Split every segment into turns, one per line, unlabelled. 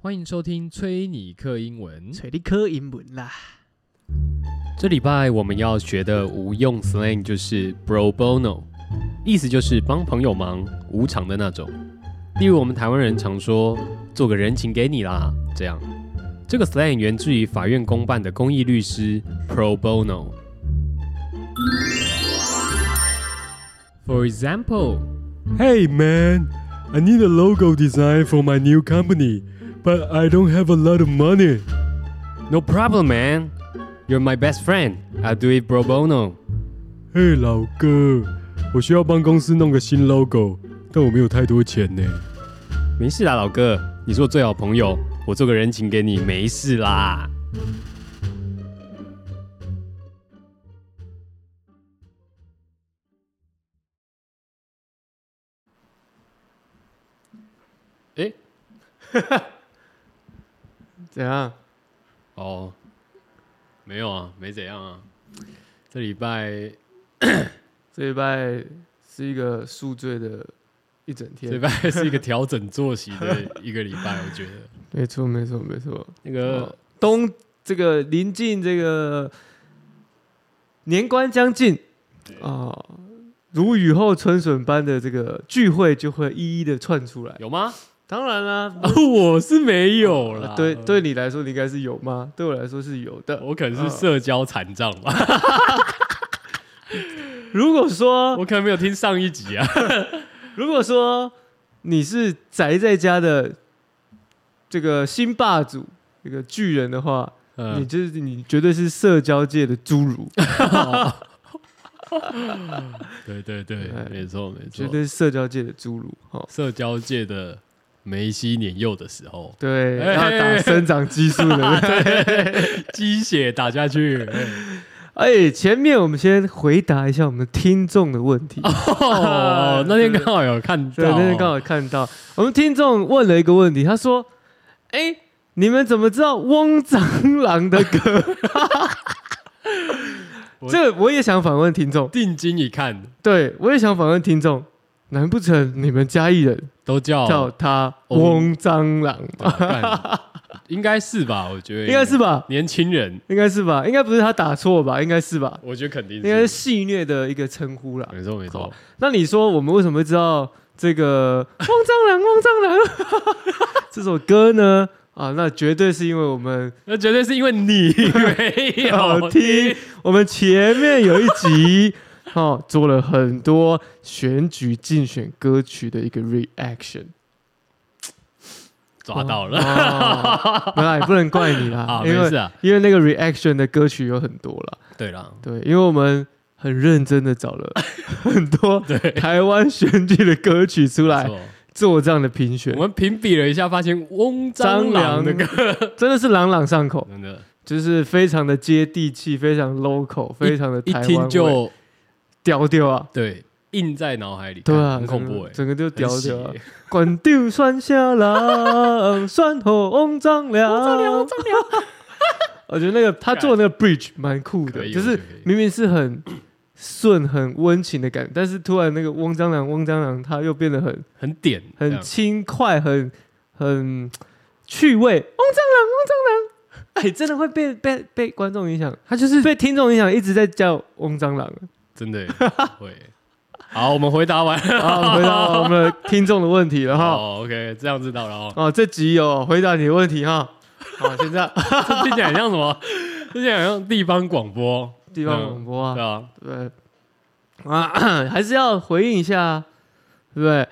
欢迎收听崔尼克英
嗯
文。
找你考英文啦。
这礼拜我们要学的无用 slang 就是 pro bono，意思就是帮朋友忙，无偿的那种。例如我们台湾人常说“做个人情给你啦”，这样。这个 slang 源自于法院公办的公益律师 pro bono。For example,
Hey man, I need a logo design for my new company, but I don't have a lot of money.
no problem, man. You're my best friend. I'll do it pro bono.
嘿，老哥，我需要帮公司弄个新 logo，但我没有太多钱呢。
没事啦，老哥，你是我最好朋友，我做个人情给你，没事啦。哎、
怎样？
哦，没有啊，没怎样啊。这礼拜，
这礼拜是一个宿醉的一整
这礼
天。
拜是一个调整作息的一个礼拜，我觉得
没错，没错，没错。
那个
哦冬这个临近这个年关将近啊、如雨后春笋般的这个聚会就会一一的窜出来。
有吗？哦
当然啦、啊
我是没有啦。
呃
嗯呃
对，对你来说你应该是有吗？对我来说是有的。
我可能是社交残障吧。
如果说
我可能没有听上一集啊。
如果说你是宅在家的这个新霸主，这个巨人的话，你
嗯，
就是你绝对是社交界的侏儒，
对对对，
哎
没错没错
绝。对是社交界的侏儒。哈、，
社交界的梅西年幼的时候
对，
哎
要打生长激素的。
鸡血打下去，哎
哎，前面我们先回答一下我们听众的问题。
哦，那天刚好有看
对，
到，
那天刚好看到我们听众问了一个问题，他说：“哎，你们怎么知道翁蟑螂的歌？”
我
这我也想反问听众，
定睛一看，
对我也想反问听众，难不成你们嘉义人
都叫
叫他
哦
翁蟑螂吗？
干应该是吧？我觉得
应该是吧？
年轻人，
应该是吧？应该不是他打错吧？应该是吧？
我觉得肯定
应该是哦戏虐的一个称呼啦。
没错没错
好，那你说我们为什么会知道 这个《汪蟑螂》《汪蟑螂》 这首歌呢？啊，那绝对是因为我们
那绝对是因为你没 有
好听，我们前面有一集 哦做了很多选举竞选歌曲的一个 reaction，
抓到了
哦，没啦，也不能怪你啦
啊，，
因
没事
为
啊，
哦因为那个 reaction 的歌曲有很多啦。
对啦，
对，因为我们很认真的找 了很多
对，
台湾选举的歌曲出
没
来
错
做这样的评选
我，们评比了一下，发现翁蟑螂的歌
真的是朗朗上口，
真的，
就是非常的接地气，非常 local，非常的
一
台湾
听
味
就
屌屌啊！
对印在脑海里，
对
干
啊，
很恐怖哎，
整个整个就屌
很
屌啊
邪！
管丢酸下郎，酸火翁 丈量，翁丈量，翁丈量。 我觉得那个他做的那个 bridge 蛮酷
可
的，
以
就
我觉
是
得可以
明明是很顺、很温情的感觉，但是突然那个翁蟑螂，翁蟑螂，它又变得很
很点，这
很
样
轻快，很很趣味。翁蟑螂，翁蟑螂，哎，真的会被被被观众影响，他就是被听众影响，一直在叫翁蟑 螂。
真的耶会。好，我们回答完了。
好，回答我们听众的问题了哈。
哦，OK，这样知道了哦。
哦，这集有回答你的问题哈。好，现在
这听起来很像什么？这听起来很像地方广播，
地方广播
对
啊，
啊。
对啊， 还是要回应一下啊，对不对？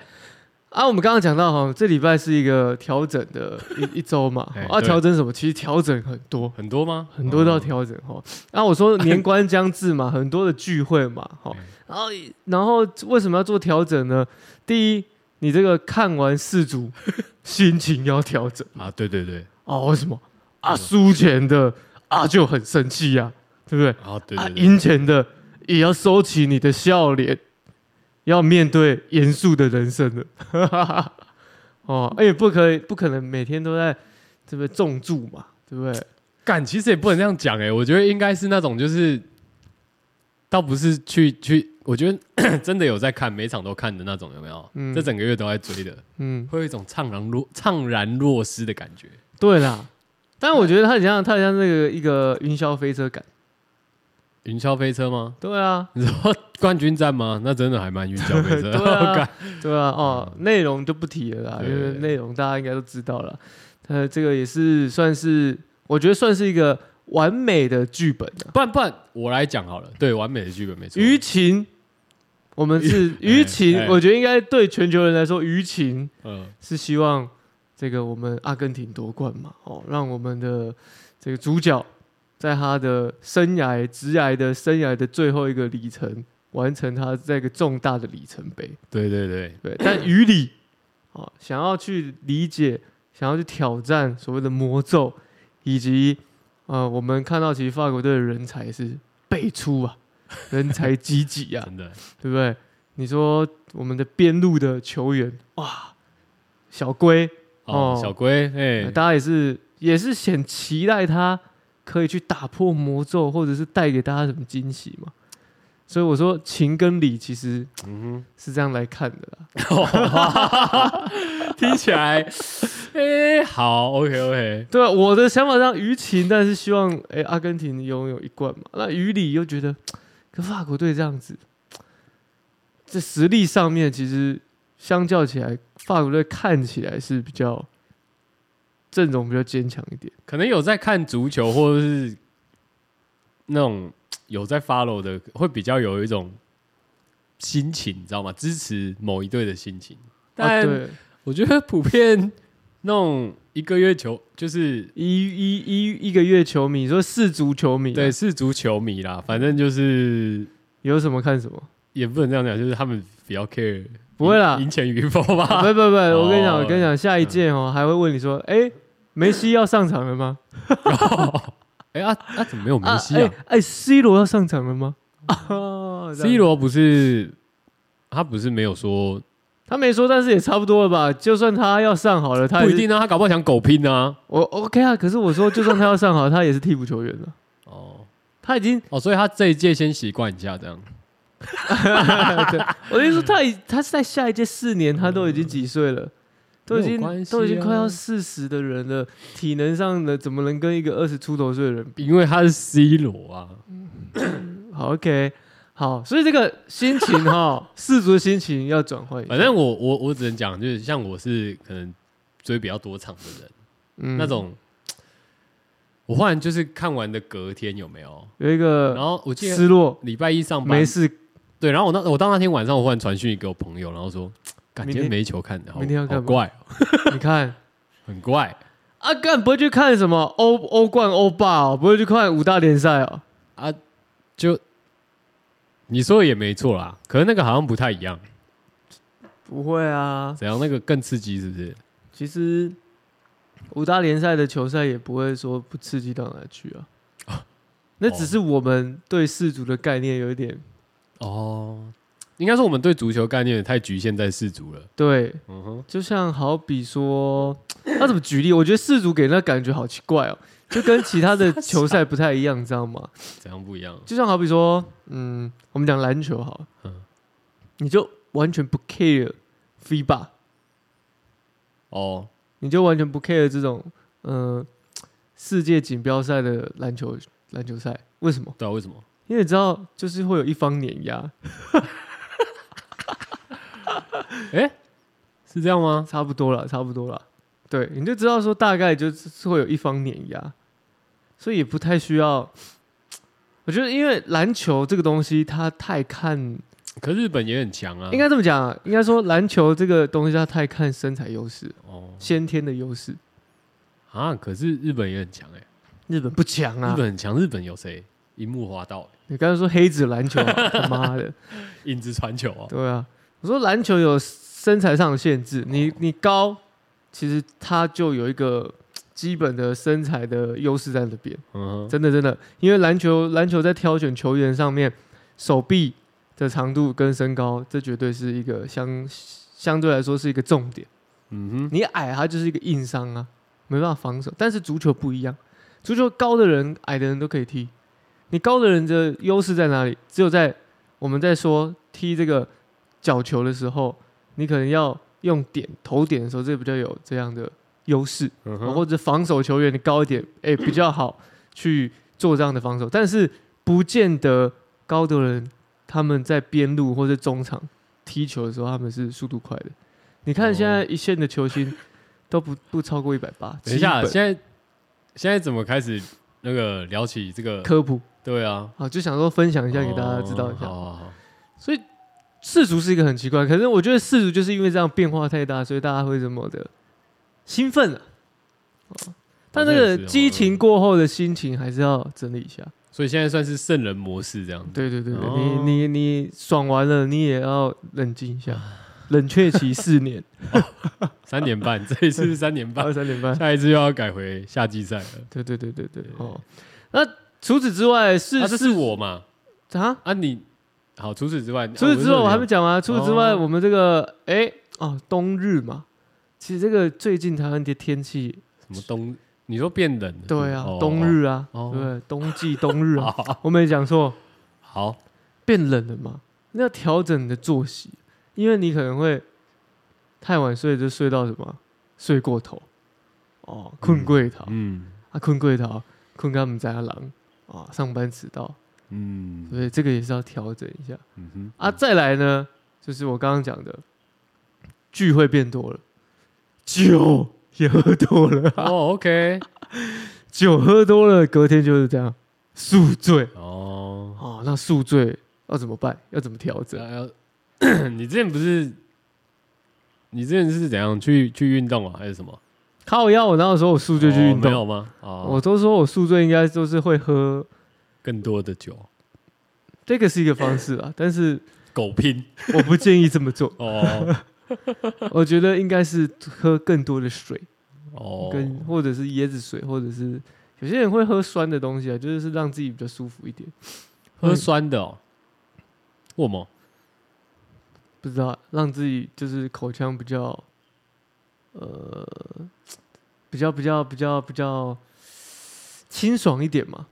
啊，我们刚刚讲到哈，这礼拜是一个调整的一一周嘛
哎，
啊，
对
调整什么？其实调整很多，
很多吗？
很多都要
哦
调整哈。啊，我说年关将至嘛， 很多的聚会嘛，哈
哎，
然后然后为什么要做调整呢？第一，你这个看完四组，心情要调整。
啊，对对对，
啊，为什么啊？输钱的啊就很生气呀、对不对？
啊对
啊
对，对，
赢钱的也要收起你的笑脸，要面对严肃的 人生了。哦，哎，不可以，不可能每天都在这个重注嘛，对不对？
欸干其实也不能这样讲哎，我觉得应该是那种就是倒不是去去，我觉得 真的有在看，每场都看的那种，有没有？
嗯
这整个月都在追的，
嗯，
会有一种怅然若怅然若失的感觉。
对啦。但我觉得它很像，它很像那个一个云霄飞车感。
云霄飞车吗？
对啊，
你说冠军战吗？那真的还蛮云霄飞车。
对 啊
干
对啊，哦，内容就不提了啦，
对
因
对
为
对
内容大家应该都知道了。呃，这个也是算是，我觉得算是一个完美的剧本啊。
不然不然，我来讲好了。对，完美的剧本没错。
舆情，我们是
舆
舆情，
哎哎
我觉得应该对全球人来说，舆情
嗯，
是希望这个我们阿根廷夺冠嘛，哦，让我们的这个主角在他的生涯、职涯的生涯的最后一个里程，完成他这个重大的里程碑。
对对对，
对， 但于理啊，想要去理解，想要去挑战所谓的魔咒，以及呃，我们看到其实法国队的人才是辈出啊，人才济济啊，
真的。
对不对？你说我们的边路的球员哇，小龟，
哦
哦，
小龟，
呃
哎，
大家也是也是很期待他可以去打破魔咒，或者是带给大家什么惊喜嘛。所以我说情跟理其实
嗯
是这样来看的啦。
哼，听起来， 哎，好，OK OK，
对啊，我的想法上于情，但是希望哎、阿根廷拥有一冠嘛。那于理又觉得跟法国队这样子，这实力上面其实相较起来，法国队看起来是比较阵容比较坚强一点。
可能有在看足球或者是那种有在 follow 的，会比较有一种心情，你知道吗？支持某一队的心情。
啊、
但
对，
我觉得普遍那种一个月球就是
一一一一个月球迷，说世足球迷、啊
对，世足球迷啦，反正就是
有什么看什么。
也不能这样讲，就是他们比较 care 赢。
不会啦
赢钱与否吧？
不不不，我跟你讲，
哦
我跟你讲，下一届哦还会问你说，哎、梅西要上场了吗？
哎、啊啊，怎么没有梅西
哎、
啊
哎 c 罗要上场了吗？啊这样
？C 罗不是他不是没有说
他没说，但是也差不多了吧？就算他要上好了，他也
不
是
一定啊，他搞不好想狗拼啊。
我 OK 啊。可是我说，就算他要上好，他也是替补球员了。
哦
他已经，
哦，所以他这一届先习惯一下这样。
对我就说他已，他是在下一届四年，他都已经几岁了，都已
没有
经、
关系啊
都已经快要四十的人了，体能上的怎么能跟一个二十出头岁的人比？
因为他是 C 罗啊，
好 OK，好，所以这个心情哈、 世足的心情要转换一下，
反正我我我只能讲，就是像我是可能追比较多场的人，
嗯
那种我忽然就是看完的隔天有没有？
有一
然
个
后我记得
失落，
礼拜一上班
呃没事，
对，然后我那我到那天晚上，我忽然传讯给我朋友，然后说，感
明
今天
天
没球看，好
明天要干
好
嘛
怪哦，
你看。
很怪。
啊，干不会去看什么欧欧冠、欧霸哦，不会去看五大联赛哦。
啊，就你说的也没错啦，可是那个好像不太一样，
不会啊，
怎样？那个更刺激是不是？
其实五大联赛的球赛也不会说不刺激到哪去啊。那只是我们对世足的概念有一点
哦，应该说我们对足球概念也太局限在世足了。
对，
嗯哼，
就像好比说，那怎么举例？我觉得世足给人的感觉好奇怪哦，就跟其他的球赛不太一样，你知道吗？
怎样不一样？
就像好比说，嗯，我们讲篮球好了，
嗯
你就完全不 care FIBA，
哦，
你就完全不 care 这种嗯、呃世界锦标赛的篮球篮球赛，为什么？
对啊，为什么？
因为你知道，就是会有一方碾 压，
是这样吗？
差不多了，差不多了。对，你就知道说大概就是会有一方碾压，所以也不太需要。我觉得，因为篮球这个东西，它太看，
可日本也很强啊。
应该这么讲啊、应该说篮球这个东西，它太看身材优势、
哦
先天的优势。
啊，可是日本也很强哎、
日本不强啊
日！本很强，日本有谁？樱木花道、欸
你刚才说黑子篮球啊、他妈的，
影子传球啊，
对啊，我说篮球有身材上的限制，你你高，其实它就有一个基本的身材的优势在那边，
嗯哼，
真的真的，因为篮球篮球在挑选球员上面，手臂的长度跟身高，这绝对是一个相相对来说是一个重点。
嗯哼，
你矮，它就是一个硬伤啊，没办法防守。但是足球不一样，足球高的人、矮的人都可以踢，你高的人的优势在哪里？只有在我们在说踢这个角球的时候，你可能要用点投点的时候，这比较有这样的优势。
嗯
哦或
哼，
者防守球员你高一点，哎、比较好去做这样的防守。但是不见得高的人他们在边路或者中场踢球的时候，他们是速度快的。你
哦
看现在一线的球星都不不超过一百八，
等一下，
基本
现在现在怎么开始那个聊起这个？
科普
对啊，
啊，就想说分享一下给大家知道一
哦
下。
好好好，
所以世足是一个很奇怪，可是我觉得世足就是因为这样变化太大，所以大家会这么的兴奋啊。哦但这
好像
个
也是哦
激情过后的心情还是要整理一下。
所以现在算是圣人模式这样子。
对对对对，
哦
你你你爽完了，你也要冷静一 下，冷却期四 年，
三点 半，这一次是三点半
二，三 点半。
下一次又要改回夏季赛了。
对对对对对，哦。那除此之外是
啊，这是我嘛？
啊，
啊，你好，除此之外，啊
除此之外我还没讲完。除此之外，
哦
我们这个哎哦，冬日嘛，其实这个最近台湾的天气，
什么冬，你说变冷了？
对啊
哦，
冬。日啊，
哦
对，冬季冬日 啊，
好，
我没讲错，
好，
变冷了嘛，那要调整你的作息，因为你可能会太晚睡，就睡到什么睡过头，哦，困过头、
嗯
啊，困过头，困到唔知阿狼啊，上班迟到，
嗯
所以这个也是要调整一下
嗯哼
啊。再来呢，就是我刚刚讲的，聚会变多了，酒也喝多了，
哦，OK，
酒喝多了，隔天就是这样宿醉
哦，
啊。那宿醉要怎么办？要怎么调整？
这要 你之前不是，你之前是怎样去去运动啊，还是什么？
靠腰，我那时候我宿醉去
哦
运
没
动，
有吗？哦
我，都说我宿醉应该都是会喝，
更多的酒，
这个是一个方式 啊，但是
狗拼，
我不建议这么做
哦
我觉得应该是喝更多的水，
哦，
跟或者是椰子水，或者是有些人会喝酸的东西啊，就是让自己比较舒服一点。
喝酸的哦，我吗？
不知道让自己就是口腔比较，呃，比较比较比较比较清爽一点嘛，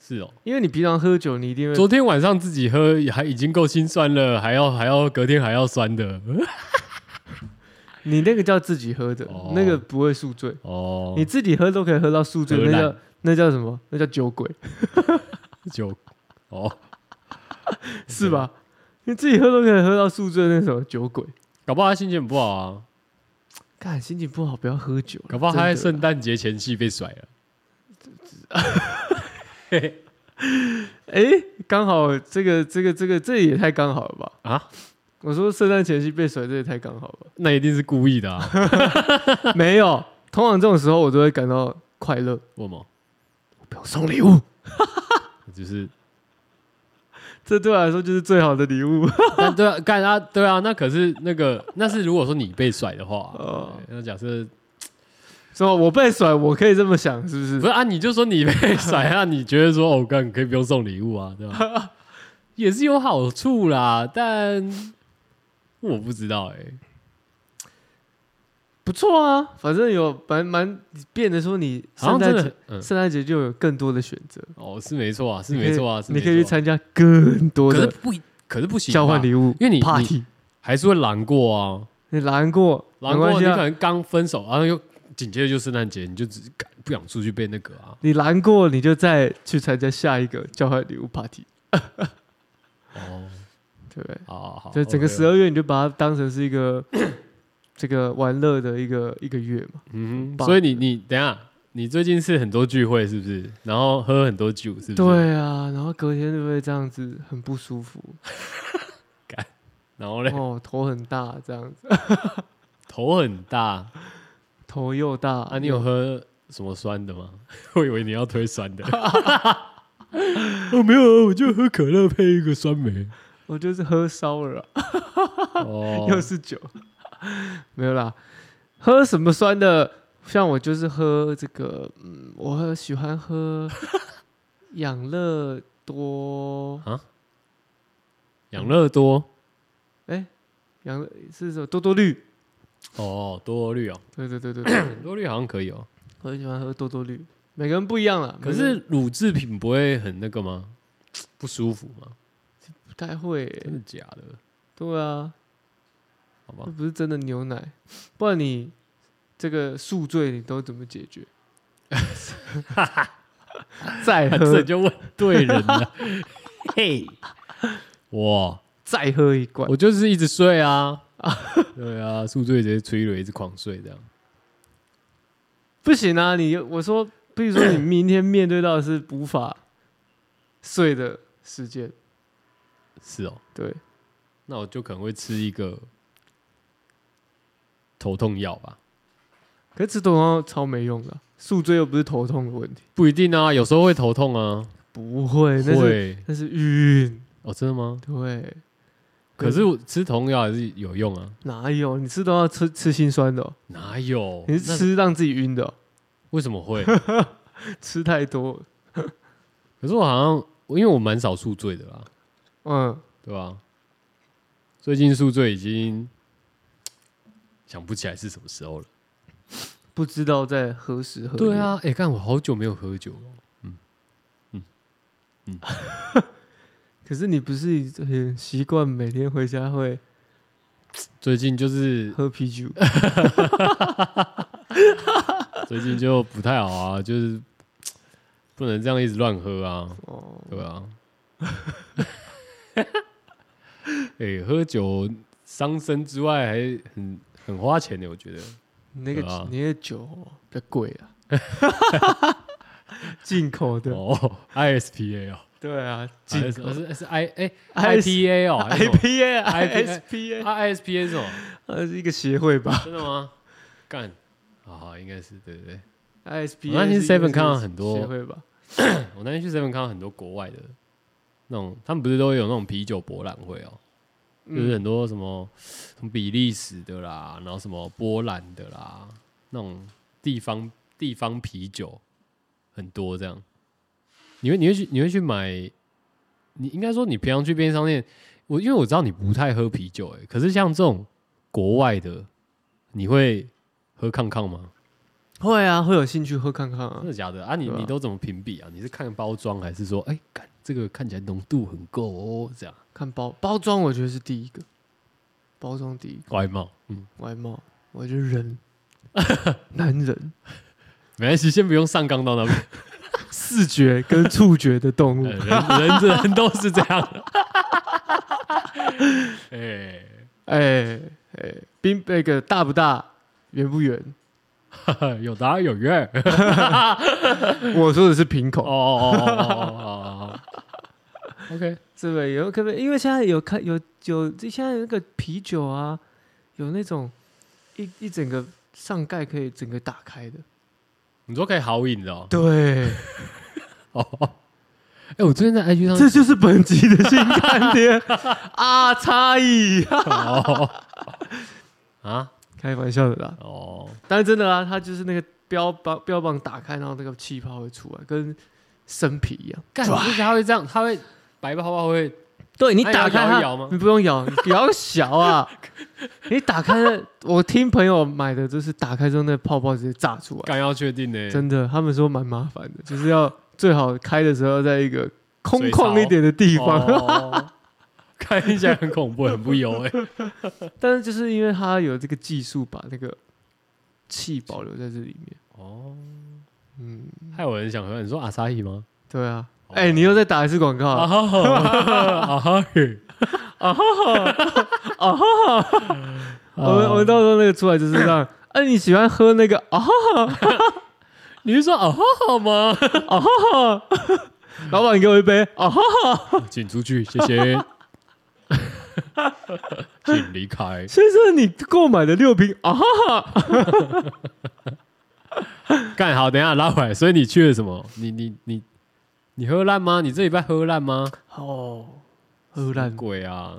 是哦，
因为你平常喝酒，你一定会
昨天晚上自己喝还已经够心酸了，还要还要隔天还要酸的
你那个叫自己喝的，
哦
那个不会宿醉。
哦。
你自己喝都可以喝到宿醉，
荷
那
兰
叫那叫什么？那叫酒鬼，
酒哦，
是吧？你自己喝都可以喝到宿醉，那什么酒鬼？
搞不好他心情很不好啊，
看心情不好不要喝酒啦，
搞不好他在
真的
圣诞节前夕被甩了。
哎，刚好这个这个这个这也太刚好了吧？
啊，
我说圣诞前夕被甩，这也太刚好了
那一定是故意的 啊！
吧？没有，通常这种时候我都会感到快乐。
我吗？
不要送礼物，
就是，
这对我来说就是最好的 礼物。
但对啊，干啊，对啊，那可是那个，那是如果说你被甩的话，
哦
对那假设
什么？我被甩，我可以这么想，是不是
不？是啊，你就说你被 甩啊，你觉得说哦，干可以不用送礼物啊，对吧？也是有好处啦，但我不知道哎、
不错啊，反正有蛮蛮变得说你
好像
圣诞
真
节
的，嗯，
圣诞节就有更多的选择。
哦，是没错啊，是
你可以
没错啊，是
你
没
可以去
错啊
参加更多
可是
的
不一，可是不行吧，
交换礼物，
因为你
party。
还是会难过啊，
你难过，
难
没关
过你
系
可
啊，
能刚分手，然后又紧接着就圣诞节，你就只干不想出去被那个啊，
你难过，你就再去参加下一个交换礼物 party，
哦，
对不对？
好好好，
就整个
OK
十，二月，你就把它当成是一个 这个玩乐的一个一个月嘛。
嗯哼，
棒
所以你你等一下，你最近是很多聚会是不是？然后喝很多酒是不是？，
对啊，然后隔天就会这样子很不舒服，
然后嘞，
哦，头很大这样子，
头很大
头又大
啊，你有喝什么酸的吗？ 我以为你要推酸的，
哦，没有啊，我就喝可乐配一个酸梅。
我就是喝烧了啊、
哦，
又是酒， 没有啦。喝什么酸的？像我就是喝这个，嗯，我喝喜 欢喝养乐多，
养乐多
养乐是什么多多绿？
哦，多绿哦，
对对对对对，
多绿好像可以哦，
我很喜欢喝多多绿，每个人不一样啦。
可
每个人
是乳制品不会很那个吗？不舒服吗？
不太会欸、
真的假的？
对啊，
好
那
吧，
不是真的牛奶，不然你这个宿醉你都怎么解 决？再
这
哎喝
就问对人 了。嘿，哇，
再喝一罐，
我就是一直睡啊， 对啊，宿醉直接吹了，一直狂睡这样。
不行啊！你我说，比如说 你明天面对到的是无法睡的时间，
是哦，
对，
那我就可能会吃一个头痛药吧，
可是吃头痛超没用的啊，宿醉又不是头痛的问题，
不一定啊，有时候会头痛啊，
不会，哎那是
会
那是晕，
哦，真的吗？
对，
可是我吃头痛药还是有用啊，
哪有你吃都要吃吃心酸的哦、
哪有？
你
那
是吃让自己晕 的哦、
为什么会？
吃太多，
可是我好像因为我蛮少宿醉的啦，
嗯，
对吧？最近宿醉已经想不起来是什么时候了。
不知道在何时何地
对，啊，哎、看我好久没有喝酒了。
可是你不是很习惯每天回家会
最近 就是
喝啤酒？
最近就不太好啊，就是不能这样一直乱喝啊，
哦，
对啊。 哎、喝酒伤身之外，还很很花钱的，我觉得。
你那个、
对啊
你那个酒哦比较贵啊， 进口的，
哦，ISPA 哦，
对啊，进
还是
口
是是 I 哎
IS
IPA 哦 还是什么
IPA 啊
IPA
ISPA，
啊 ISPA 是什么？
呃，是一个协会吧
真的吗？干，好好，应该是对对对。
？ISPA，
我那天
是一个
7-Eleven 看到很多
协会吧？
我那天去 seven 看到很多国外的那种，他们不是都有那种啤酒博览会哦、就是
嗯，
很多什么什么比利时的啦，然后什么波兰的啦，那种地方地方啤酒很多这样。你会你会去你会去买？你应该说你平常去便利商店，我因为我知道你不太喝啤酒、欸，可是像这种国外的，你会喝康康吗？
会啊，会有兴趣喝看看啊
真。的假的啊你？
对啊
你都怎么评比啊？你是看包装，还是说，哎、看这个看起来浓度很够哦，这样
看包包装，我觉得是第一个，包装第一个
外貌？嗯，
外貌，我觉得 人，男人
没关系，先不用上纲到那边。
视觉跟触觉的动
呃
物，
人人人都是这样 的。哎、
哎哎，冰那个大不大，圆不圆？
有答有约。哦
我说的是瓶口，
哦哦哦哦哦哦。OK，
是不是？有可不可以？因为现在有看有有，现在有那个啤酒啊，有那种一一整个上盖可以整个打开的，
你说可以好饮的哦。
对，
哦。哎、我最近在 IG 上
这就是本集的新干 爹啊，差异，
哦啊
开玩笑的啦。
哦，
但是真的啊，它就是那个标榜标榜打开，然后那个气泡会出来，跟生啤一样。
干，就是他会这样，他会白泡泡会
对你
哎
打
要
开
摇一
它，
摇吗
你不用摇，你摇小 啊。你打开了，我听朋友买的就是打开之后那泡泡直接炸出来，
干要确定呢、
真的，他们说蛮麻烦的，就是要最好开的时候在一个空旷一点的地方。
哦、看一下很恐怖，很不优哎、
但是就是因为它有这个技术，把那个气保留在这里面。
哦，
嗯，
害我很想喝。你说阿萨伊吗？
对啊。
哦
哎、你又再打一次广告
啊
啊！
哈哈，啊哈嘿，
我们我们到时候那个出来就是 让，哎、你喜欢喝那个啊哈
你是说啊哈哈吗？
啊哈哈，老板你给我一杯啊哈
请出去，谢谢。 请离开。
先生，你购买的六瓶啊哈，
干好，等一下拉回来。所以你去了什么？你你你你喝烂吗？你这礼拜喝烂吗？
哦，荷兰，
鬼啊！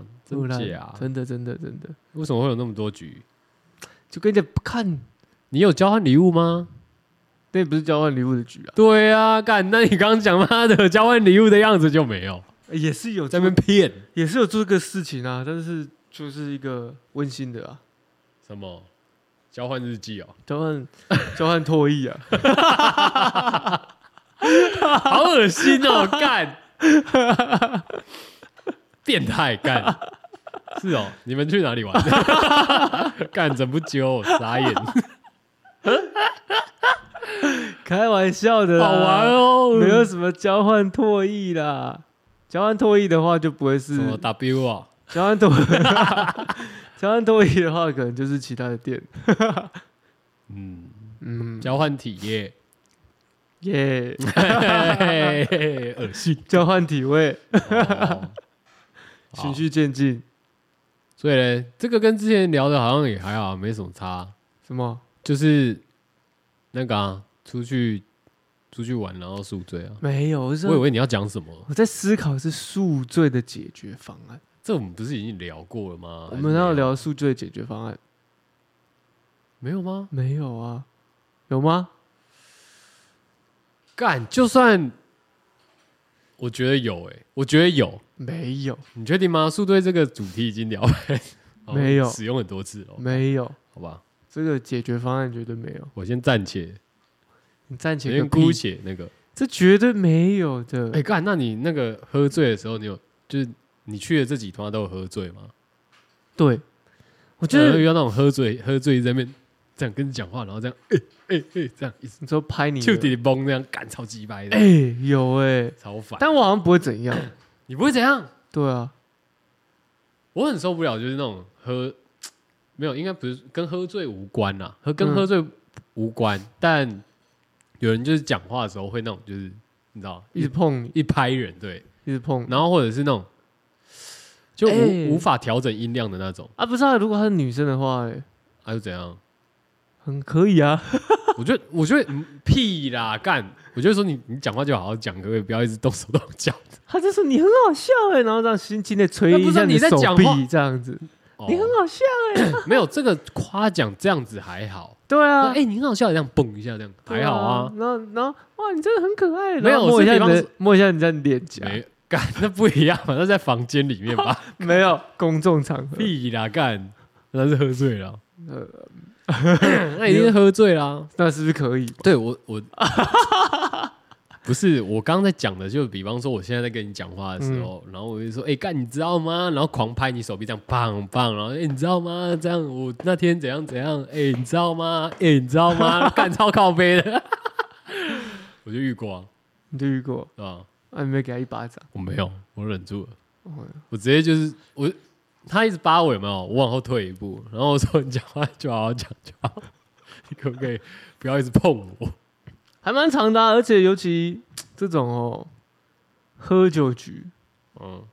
真
荷兰
假啊？
真的真的真的，
为什么会有那么多局？
就跟你讲看，
你有交换礼物吗？
那不是交换礼物的局啊，
对啊，干！那你刚刚讲妈的交换礼物的样子就没有，
也是有
在
这
那边
边，
骗
也是有做这个事情啊，但是就是一个温馨的啊，
什么？交换日记哦，
交 换交换唾液啊，
好恶心 哦，干，变态干，是哦，你们去哪里玩？ 干，怎不揪？傻 眼，
开玩笑的啦，
好玩哦，
啊没有什么交换唾液啦。交换唾液的话就不会是
什么 W 啊，
交换唾液， 交换唾液的话可能就是其他的店。
嗯，
嗯，
交换体验，
耶，
嘿嘿 恶心。
交换体位，
哦好
循序渐进。
所以呢，这个跟之前聊的好像也还好，没什么差，
什么？
就是那个啊，出去出去玩然后宿醉啊。
没有，我是
我以
我
为你要讲什么，
我在思考是宿醉的解决方案。
这我们不是已经聊过了吗？
我们要
还哦是没有
聊宿醉解决方案，
没有吗？
没有啊？有吗？
干，就算我觉得有、欸，我觉得有，
没有，
你确定吗？宿醉这个主题已经 聊完，好
没有嗯
使用很多次了，
没有，
好吧？
这个解决方案绝对没有。
我先暂且，
你暂且
先
个屁
姑，且那个。
这绝对没有的。
哎、干，那你那个喝醉的时候，你有就是你去的这几团都有喝醉吗？
对，我觉
就
得
是遇到那种喝醉喝醉在那边这样跟你讲话，然后这样哎哎哎这样一直
你说拍你的，
就底崩这样干超级掰的，
哎、有哎、
超烦。
但我好像不会怎 样。
你不会怎样？
对啊，
我很受不了，就是那种喝没有，应该不是跟喝醉无关啦，和
嗯
跟喝醉无关。但有人就是讲话的时候会那种，就是你知道，
一
一
直碰你，
一拍人对，
一直碰
然后或者是那种就无、
哎
无法调整音量的那种，
啊，不是啊，如果她是女生的话、哎，
还、是怎样？
很可 以啊。
我觉得，我觉得嗯屁啦，干！我就说你，你讲话就好好讲，可不可以不要一直动手动脚？
她就说你很好笑哎、然后这样轻轻的捶
那不
一
是
下
啊
你
你在
手
讲话
臂，这样子，
哦
你很好笑。
没有这个夸奖这样子还好，
对
哎、
啊，
你很好笑，这样蹦一下，这样还好啊。
对然后然后哇，你真的很可爱。
没有
然后摸一下你
我是比
的，摸一下你的脸颊，
没 干，那不一样嘛，那在房间里面 吧？
没有公众场合。
屁啦，干，那是喝醉了，
呃，
那一定是喝醉啦。
那是不是可以？
对我，我 不是我刚刚在讲的，就比方说我现在在跟你讲话的时候，然后我就说，哎、干，你知道吗？然后狂拍你手臂，这样棒棒，然后哎、你知道吗？这样我那天怎样怎样，哎、你知道吗？哎、你知道吗？ 干超靠背的， 我就遇过、啊，
你就遇过，
对吧？
啊，你没给他一巴掌。
我没有，我忍住了。
哦
我直接就是我，他一直扒我有没有？我往后退一步，然后我说你讲话就好好讲就好，你可不可以不要一直碰我？
还蛮长的啊、而且尤其这种哦，喝酒局
嗯，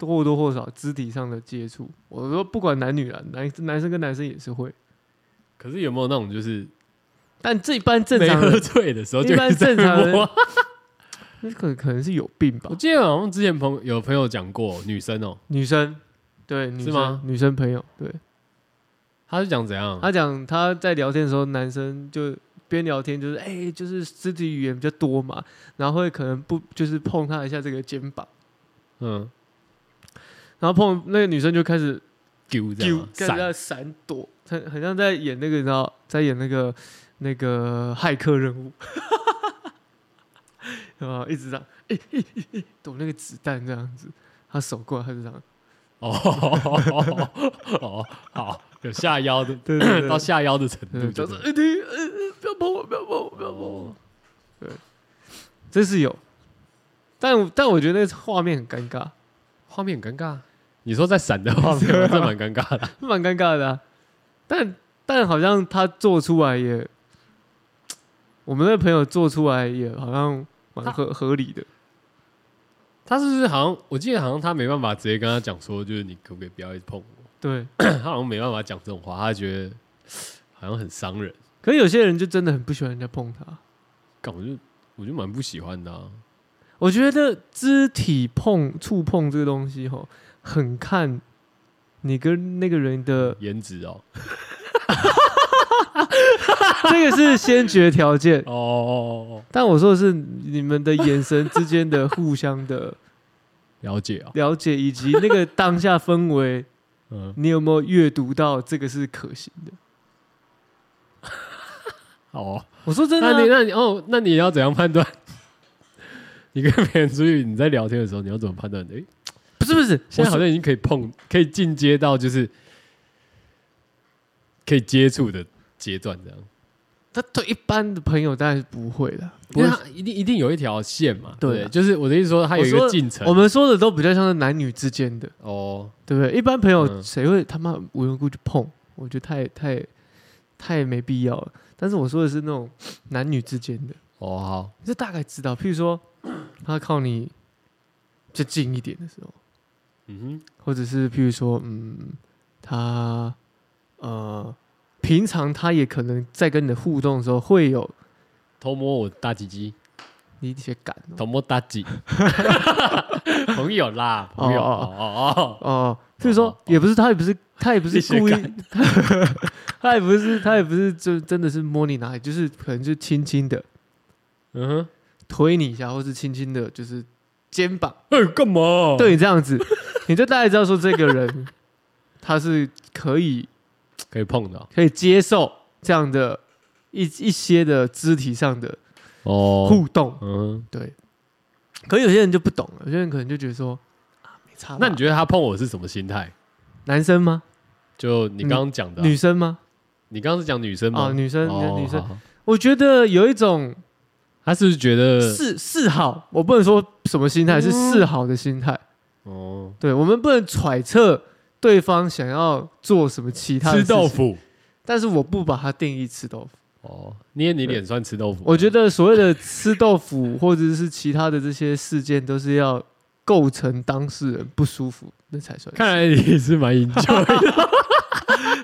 或多或少肢体上的接触，我说不管男女啦，男男生跟男生也是会，
可是有没有那种就是
但这一般正
没
常
喝
人，
醉的时候就
一般
一直在
正常人
摸啊？
那可可能是有病吧
我？记得好像之前朋友有朋友讲过，女生哦、
女生，对，女
是吗嗯
生女生朋友，对，
她是讲怎样？
他讲他在聊天的时候，男生就边聊天就是哎、就是肢体语言比较多嘛，然后会可能不就是碰他一下这个肩膀，
嗯，
然后碰那个女生就开始
丢这
丢
样，啊
开始
闪
在闪躲，很很像在演那个，你知道，在演那个那个骇客任务， 啊，一直这样，欸欸欸欸躲那个子弹这样子，他手过来，他就这样，
哦哦 哦，好，有下腰的，
对对对
到下腰的程
嗯，
度
就，
就是是。
欸你呃呃不要碰我，不要碰我，不要碰我，
哦
真是有，但我但我觉得那个画面很尴尬，
画面很尴尬，啊你说在闪的画面， 这蛮尴尬的。
蛮尴尬的、啊，但但好像他做出来也，我们那个朋友做出来也好像蛮合合理的。
他是不是好像我记得好像他没办法直接跟他讲说，就是你可不可以不要一直碰我？
对，
他好像没办法讲这种话，他觉得好像很伤人。
可是有些人就真的很不喜欢人家碰他。
干，我就我就蛮不喜欢的、啊。，
我觉得肢体碰、触碰这个东西，吼，很看你跟那个人的
颜值哦，
这个是先决条件。
哦哦哦，
但我说的是你们的眼神之间的互相的
了解哦，
了解，以及那个当下氛围，
嗯，
你有没有阅读到这个是可行的？
哦，
我说真 的
那你
啊、
那你哦，那你要怎样判断？你跟别人出去，你在聊天的时候，你要怎么判断？诶，
不是不是，
现在好
我说
像已经可以碰，可以进阶到就是可以接触的阶段，这样。
他对一般的朋友当然是不会的。
不是，一定一定有一条线嘛？
对
对，
啊
就是我的意思说，它有一
我
个
说
进程。
我们说的都比较像是男女之间的，
哦，
对不对？一般朋友
嗯
谁会他妈无缘无故去碰？我觉得太太太没必要了。但是我说的是那种男女之间的，
哦，好，
这大概知道。譬如说， 他靠你就近一点的时候，
嗯
或者是譬如说，嗯，他呃，平常他也可能在跟你的互动的时候会有
哼，偷摸我大鸡鸡，
你一些感哦
偷摸大鸡， 朋友啦，
哦
朋友，
哦
哦哦，
哦，譬如说，
哦哦
也不是他也不是他也不是
一些
故意
感，
他也不是他也不是就真的是摸你哪里，就是可能就轻轻的
嗯哼，
推你一下，或是轻轻的就是肩膀
哎，干嘛？
对你这样子，你就大概知道说这个人他是可以
可以碰到
可以接受这样的一一些的肢体上的
哦，
互动。
嗯哼，
对，可有些人就不懂了，有些人可能就觉得说啊，没差吧。
那你觉得他碰我是什么心态？
男生吗？
就你刚刚讲的啊，
女生吗？
你刚刚是讲女生
啊，
吗？
女生，
哦
女，生，
好好
我觉得有一种
他是不是觉得
示示好，我不能说什么心态，是示好的心态。
哦，
对我们不能揣测对方想要做什么其他的
吃
事情
豆，腐？
但是我不把它定义吃豆腐。
哦，捏你脸算吃豆腐？
我觉
得
得所谓的吃豆腐或者是其他的这些事件，都是要构成当事人不舒服，那才算是。
看来你是蛮研究 的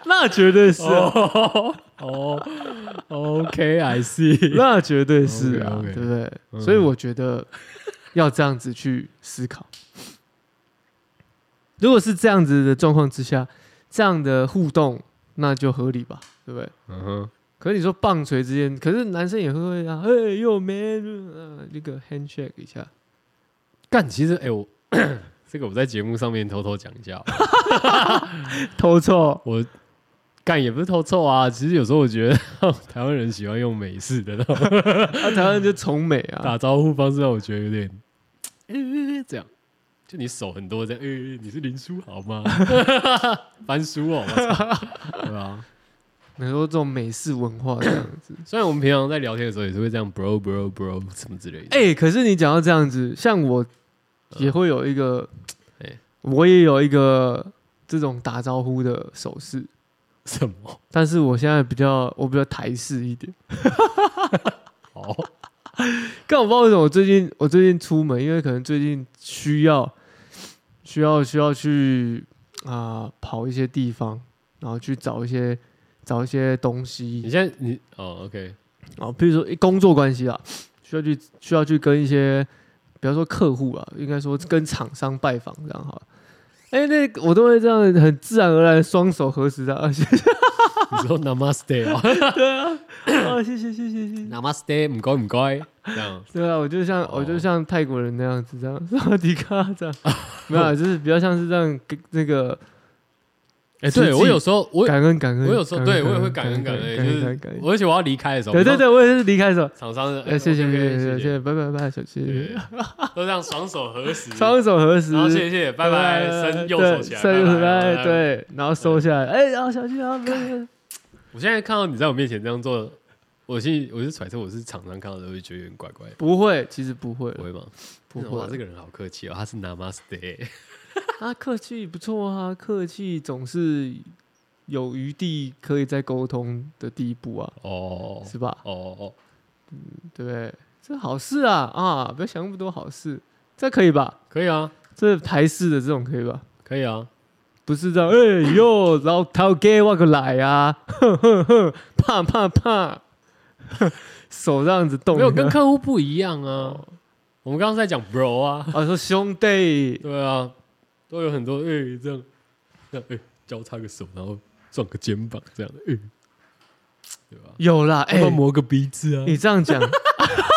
那绝对是啊、
哦 哦，OK，I see。
那绝对是啊，
OK，OK
对不对？
嗯
所以我觉得要这样子去思考。如果是这样子的状况之下，这样的互动那就合理吧，对不对？
嗯哼。
可是你说棒槌之间，可是男生也会啊，哎又 man，呃那个 handshake 一下，
干，其实哎、我 这个我在节目上面偷偷讲一下哦，
偷错
我干也不是偷臭啊，其实有时候我觉得 台湾人喜欢用美式的那 种
啊，台湾人就崇美啊，
打招呼方式，让我觉得有点 呃这样，就你手很多这样，呃、你是林书豪吗？ 翻书哦，我操对啊。
你说这种美式文化这样子，
虽然我们平常在聊天的时候也是会这样 bro bro bro 什么之类的，
哎、可是你讲到这样子，像我也会有一个，
哎
我也有一个这种打招呼的手势，
什么？
但是我现在比较我比较台式一点。
哦，
但我不知道为什么我最近我最近出门，因为可能最近需要需要需要去啊、跑一些地方，然后去找一些找一些东
你
西，
现在你哦 OK，
然后譬如说诶工作关系啊，需要去需要去跟一些，比方说客户啊，应该说跟厂商拜访这样好了。哎、那个我都会这样很自然而然地双手合 十的，啊谢谢
你说 Namaste 哦
啊谢谢谢谢谢谢。
，Namaste，唔该唔该，这样
对啊，我就像、
哦
我就像泰国人那样子，这样 萨迪卡 这样，没有啊，就是比较像是这样跟那个
哎、
实
对
际
我有时候我
感恩感恩。
我有时候对我也会感
感
恩感恩，就是
感恩。
我而且我要离开的时候，
对对对，我也是离开的时候，
然后厂商的，呃
哎，谢谢
OK，
谢谢
谢
谢谢，拜拜拜，小谢，
对 都这样双手合十，
双手合十
然，后谢谢拜拜，伸右手起来，
伸右手
拜
来，。对，然后收下来，哎，然后小谢啊，不是
我现在看到你在我面前这样做，我心里我是揣测我是厂商看到的，会觉得有点怪怪的，
不会，其实不会
不，会吗？
不
哇这
会，
个人好客气哦，他是 Namaste，
啊，客气不错啊，客气总是有余地可以再沟通的地步啊，
哦
是吧？
哦哦，
对不对？这好事啊啊！不要想那么多好事，这可以吧？
可以啊，
这台式的这种可以吧？
可以啊，
不是这样，哎、哟，老头给我个来啊， 哼哼哼，啪啪啪，手这样子动。
没有跟客户不一样啊
哦。
我们刚刚在讲 bro 啊，
啊说兄弟，
对啊，都有很多哎、这样，这样哎、交叉个手，然后撞个肩膀这样，哎、对吧？
有啦，哎、
要不要磨个鼻子啊？
你这样讲，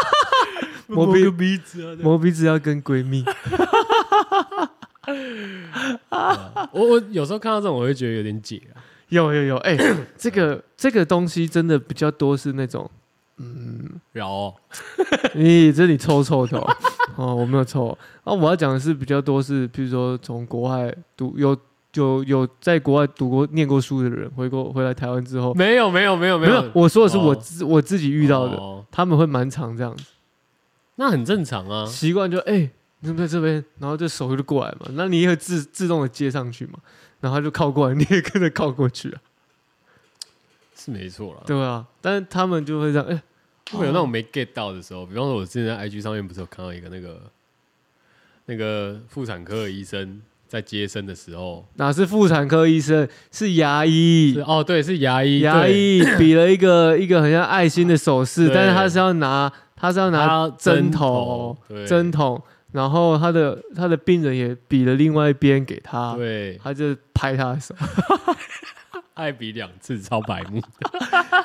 磨
磨鼻
个鼻子啊？
磨鼻子要跟 闺蜜，
我我有时候看到这种，我会觉得有点解啊。
有有有，哎、这个这个东西真的比较多是那种 嗯，
饶哦、
咦，这里抽抽头 哦，我没有抽啊。我要讲的是比较多是，譬如说从国外读有有有在国外读过念过书的人，回过回来台湾之后，
没有没有没有没
没有，我说的是我
哦
自、我自己遇到的，
哦
他们会蛮常这样子，
那很正常啊。
习惯就哎、你怎么在这边？然后就手就过来嘛，那你也会自自动的接上去嘛，然后他就靠过来，你也跟着靠过去啊，
是没错啦。
对啊，但是他们就会这样，哎、
会有那种没 get 到的时候，比方说，我之前在 IG 上面不是有看到一个那个那个妇产科的医生在接生的时候，
哪是妇产科医生，是牙
是
医。
哦，对，是牙医，
嗯牙
对
医比了一个一个很像爱心的手势，
对
但是他是要拿他是要拿
他
针
头
头，
对
针筒，然后他的他的病人也比了另外一边给他，
对，
他就拍他的手。
爱比两次超白目，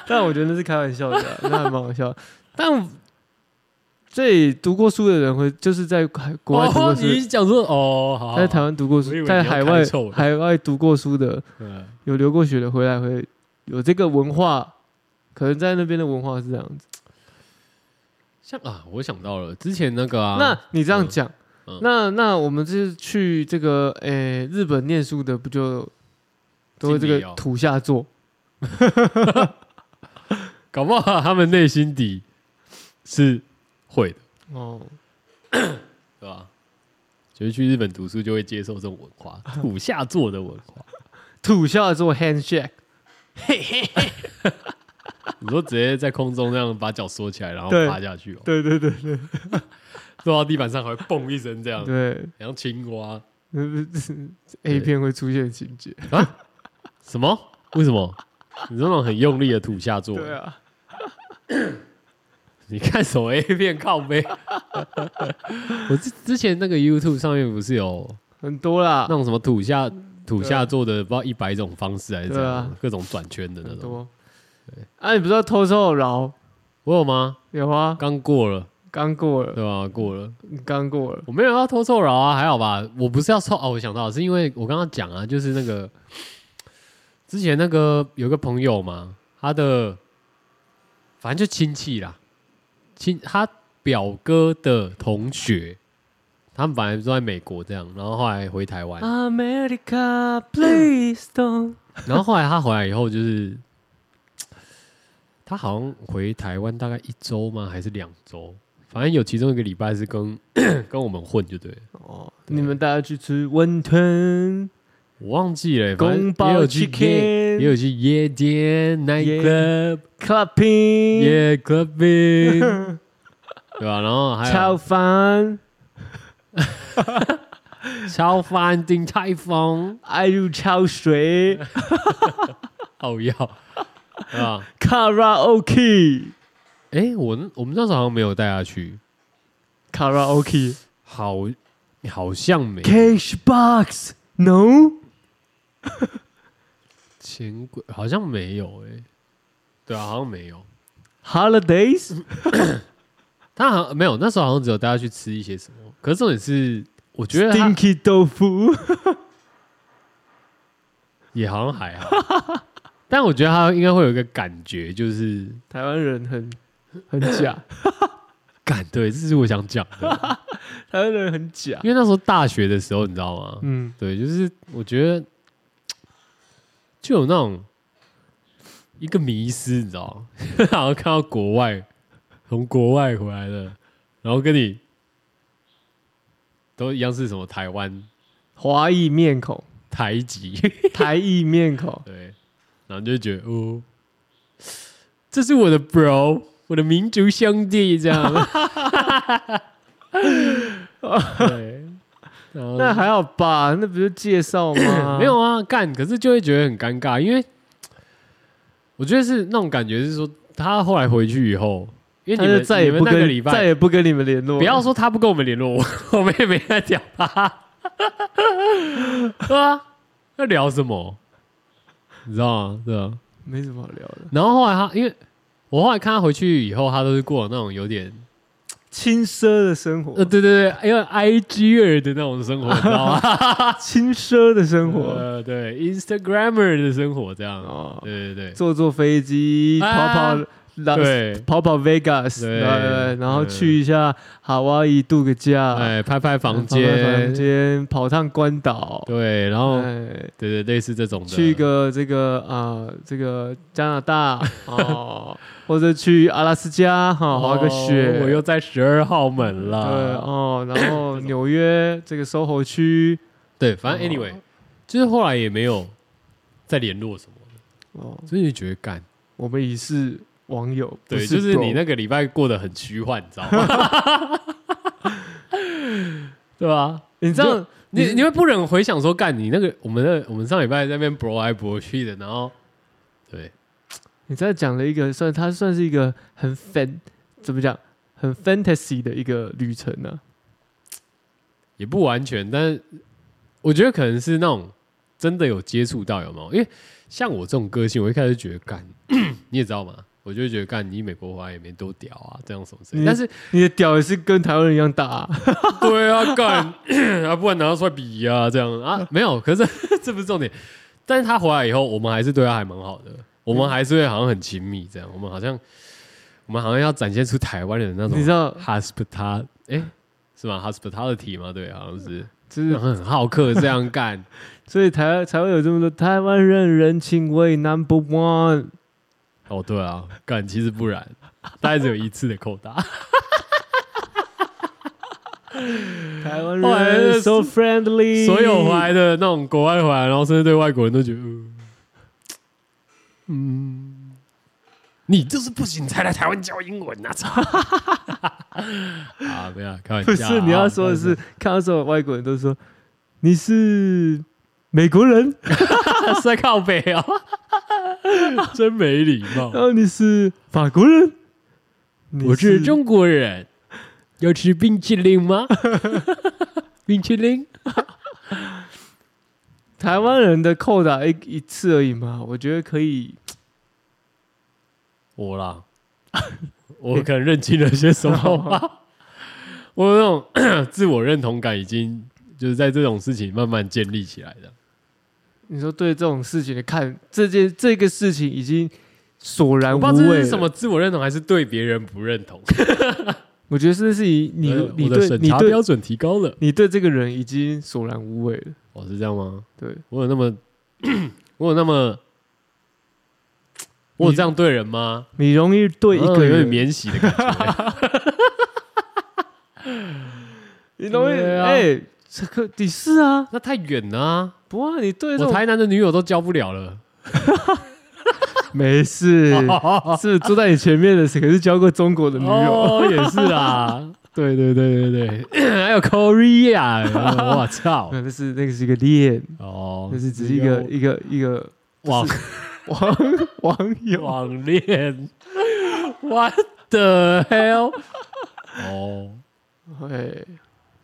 但我觉得那是开玩笑的啊、 那还蛮好笑。但这读过书的人会就是在海 国外读过
哦，
书，
你讲说哦，好好，
在台湾读过
我以为
书，
你
在
要开
海外
臭的
海外读过书的，
嗯
有留过学的回来会有这个文化，可能在那边的文化是这样子。
像啊，我想到了之前那个啊，
那你这样
嗯
讲，
嗯
那那我们这去这个诶、日本念书的，不就都会这
敬礼
个
哦
土下座？
搞不好他们内心底是会的，
哦，
对吧？就是去日本读书就会接受这种文化，土下座的文化。
土下座 handshake，
你说直接在空中这样把脚缩起来，然后
对
趴下去哦，
对对对对
落到地板上还会蹦一声这样，
对，
很像青蛙。
那不是 A 片会出现的情节？
啊什么？为什么？你这种很用力的土下座，
对啊，
你看什么 A 片靠背？ 我之之前那个 YouTube 上面不是有
很多啦
那，种什么土下土下座的，不知道一百种方式还是怎样，
对啊
各种转圈的那
很
种。
多。啊，你不知道偷偷饶
我有吗？
有啊？
刚过了，
刚过了，
对吧、过了，
你刚过了，
我没有要偷凑饶啊，还好吧。我不是要凑哦，我想到了是因为我刚刚讲啊，就是那个之前那个有个朋友嘛，他的反正就亲戚啦，亲他表哥的同学，他们本来都在美国这样，然后后来回台湾，
America, please don't。
然后后来他回来以后，就是他好像回台湾大概一周吗？还是两周？反正有其中一个礼拜是跟跟我们混，就对了，
哦，你们大家去吃温吞，
我忘记了、反正
宫
也
保
有去夜，也
chicken
有去夜店 night club
clapping，
夜 clubbing，对 吧、然后还
炒
有
饭
超翻顶台风，
爱入潮水
哦要，对吧？
，karaoke。
哎、我那我们那时候好像没有带他去，
Karaoke
好好像没
cash box no
钱柜好像没有哎、对啊，好像没有。
holidays
他好像没有，那时候好像只有带他去吃一些什么。可是重点是，我觉得他
stinky 豆腐
也好像还好， 但我觉得他应该会有一个感觉，就是
台湾人很 很假，
感对，这是我想讲的。
台湾人很假。
因为那时候大学的时候，你知道吗？
嗯，
对，就是我觉得就有那种一个迷失，你知道吗？ 然后看到国外从国外回来的，然后跟你都一样是什么台湾
华裔 面孔，
台籍，
台裔面孔，
对，然后就觉得哦，这是我的 bro，我的民族兄弟这样。 对，然后
那还好吧？那不就介绍吗？
嗯 没有啊，干，可是就会觉得很尴尬，因为我觉得是那种感觉是说，他后来回去以后，因为
他
你
就
们
再也
你们
不
那个礼
跟再
拜，
也不跟你们联络了。
不要说他不跟我们联络， 我我们也没在屌他， 对啊，要聊什么？你知道吗？对啊。
没什么好聊的，
然后后来他，因为我后来看他回去以后，他都是过那种有 点，
轻奢的生
呃，
活，
对对对，因为 I G 儿的那种生活，你知道吗？
轻奢的 生活
呃，对，Instagrammer
呃
的生活这样，
哦，
对对对。
坐坐飞机，
啊
跑跑拉
对，
跑跑 Vegas，
对
对然后
对
去一下夏威夷度个假，
哎，拍拍
跑
房
跑
间
房，间跑趟关岛，
对，然后
哎
对对，类似这种的，
去一个这个啊、呃这个加拿大哦， 或者去阿拉斯加哈、滑个雪，
哦我又在十二号门
对
了。
哦，然后纽约这个 SOHO 区
对，反正 anyway，就是后来也没有再联络什么，
哦，
所以就觉得干，
我们已是网友，不
对，就是你
bro
那个礼拜过得很虚幻，你知道吗？对吧？
你这样
你
你
你会不忍回想说，干你那个我们的我们上礼拜在那边搏来搏去的，然后对
你这样讲了一个算它算是一个很 fan 怎么讲很 fantasy 的一个旅程啊呢、
也不完全，但是我觉得可能是那种真的有接触到有没有？因为像我这种个性，我一开始觉得干， 你也知道嘛，我就会觉得干你美国回来也没多屌啊，这样什么之类的。
你
但是
你的屌也是跟台湾人一样大、啊，
对啊， 干啊，不然拿出来比啊，这样
嗯
啊，没有，可是 这不是重点。但是他回来以后，我们还是对他还蛮好的，我们还是会好像很亲密这样，我们好像我们好像要展现出台湾人的那种
你知道，
hospital，哎、是吗？hospitality 吗？对，好像是，
就是
很好客这样干，
所以台才会有这么多台湾人人情味 number one。
哦，对啊，干，其实不然，大概只有一次的扣打，
台湾
后来就
人
是
so friendly，
所有回来的那种国外回来，然后甚至对外国人都觉得，嗯，嗯你就是不行才来台湾教英文啊！操啊，没有，开玩笑
不
啊，
是你要说的是，看到所有外国人都说你是美国人，
是在靠北哦，真没礼貌
然。后你是法国人，你
我是中国人，要吃冰淇淋吗？ 冰淇淋？
台湾人的扣打一一次而已嘛，我觉得可以。
我啦， 我可能认清了些什么 吧。我有那种 自我认同感已经就是在这种事情慢慢建立起来的。
你说对这种事情的看，这件这个事情已经索然
我
无
不知道
味
这
了
是什么自我认同，还是对别人不认同。
我觉得这是以 你
呃
你
我的
对
审
你
查标
对
准提高了。
你对这个人已经索然无味了。
哦，是这样吗？
对，
我有那么 我有那么 我有这样对人吗？
你容易对一
嗯
个
有点
人，
免洗的感觉。
你容易
对啊
哎，这个你是啊，
那太远了啊！
不啊，你 对这
我
种
台南的女友都交不了了。
没 事，是坐在你前面的谁可是交过中国的女 友？
哦，也是啊，对对对对 对，还有 Korea，我 操，
那那是那个是一个恋，
哦，
那是只是一个一个一个
网
网 网友。
网恋，What the hell？哦，
哎，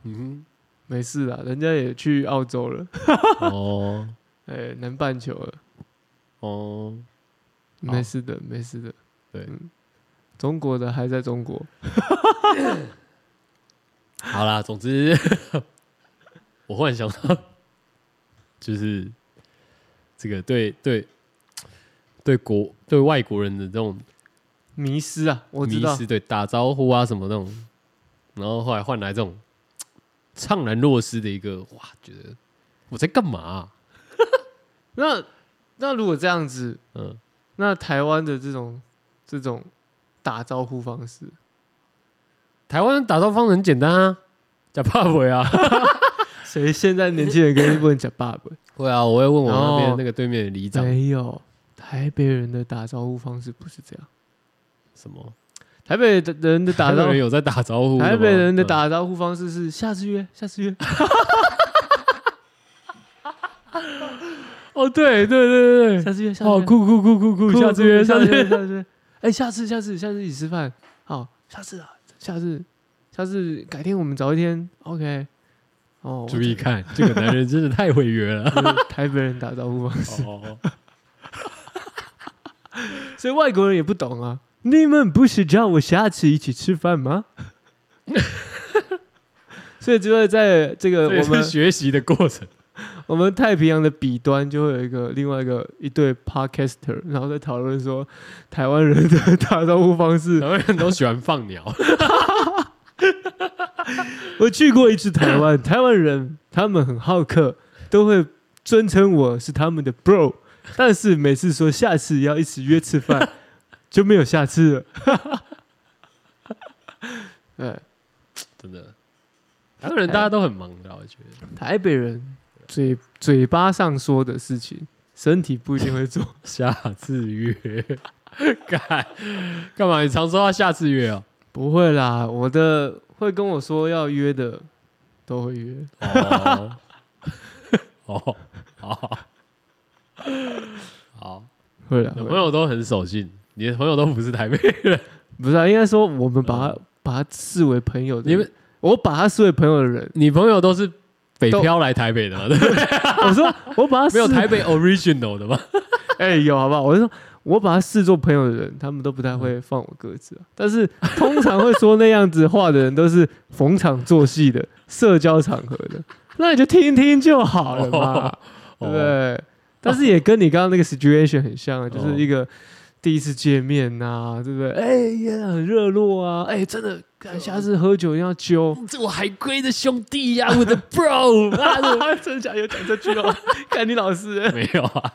嗯
没事啦，人家也去澳洲了，
哼，哦
哎，南半球了，
哦，好
没事的，没事的。
对
嗯，中国的还在中国。
好啦，总之， 我忽然想到，就是这个对对对国对外国人的这种
迷失啊，我知
迷
道
失，对打招呼啊什么那种，然后后来换来这种怅然若失的一个哇，觉得我在干嘛啊、
那那如果这样子，
嗯，
那台湾的这种这种打招呼方式，
台湾打招呼方式很简单啊，叫爸爸啊，
谁现在年轻人跟日本人讲爸爸？
会啊，我会问我那
哦
边那个对面的里长、
没有，台北人的打招呼方式不是这样。
什么，
台北的人的 打
台
招
北人
呼，
有在打招呼吗，
台北人的
嗯
打招呼方式是下次约，下次约。
哦，对对对对对，
下 次约，下次
哦，
约，
酷酷酷酷酷，下次约，下次
约，
约，
下次约。哎，下次，下次，下次一起吃饭。好，下次啊，下次，下次改天我们找一天。OK。哦，我
注意看，这个男人真的太会约了。
这是台北人打招呼方式，
哦，
所以外国人也不懂啊。你们不是叫我下次一起吃饭吗？所以就会在这个
这也
我们
是学习的过程。
我们太平洋的彼端就会有一个另外一个一对 podcaster，然后在讨论说台湾人的打招呼方式。
台湾人都喜欢放鸟，
我去过一次台湾， 台湾人他们很好客，都会尊称我是他们的 bro，但是每次说下次要一起约吃饭，就没有下次了。对，
真的。台湾人大家都很忙的啊，我觉得
台北人嘴嘴巴上说的事情，身体不一定 会做。
下次约， 干干嘛？你常说要下次约哦。
不会啦，我的会跟我说要约的都会约。
哦，哦，好，好，
会啦，
你的
会
朋友都很守信，你的朋友都不是台北人，
不是、啊，应该说我们把他、把他视为朋友
嗯
的，
你们
我把他视为朋友的人，
你朋友都是北漂来台北的 吗？
我说我把他视
没有台北 original 的吗？
哎、有好不好？我就说我把他视作朋友的人，他们都不太会放我鸽子、啊，但是通常会说那样子话的人，都是逢场作戏的、社交场合的，那你就听听就好了嘛，对不
哦，
对？但是也跟你刚刚那个 situation 很像啊，就是一个第一次见面呐、对不对？哎、也很热络啊，哎、真的，干下次喝酒一定要揪。
这我海归的兄弟呀，我的 bro 啊，
啊， 真假有讲这句 哦？看你老 师，
没有啊，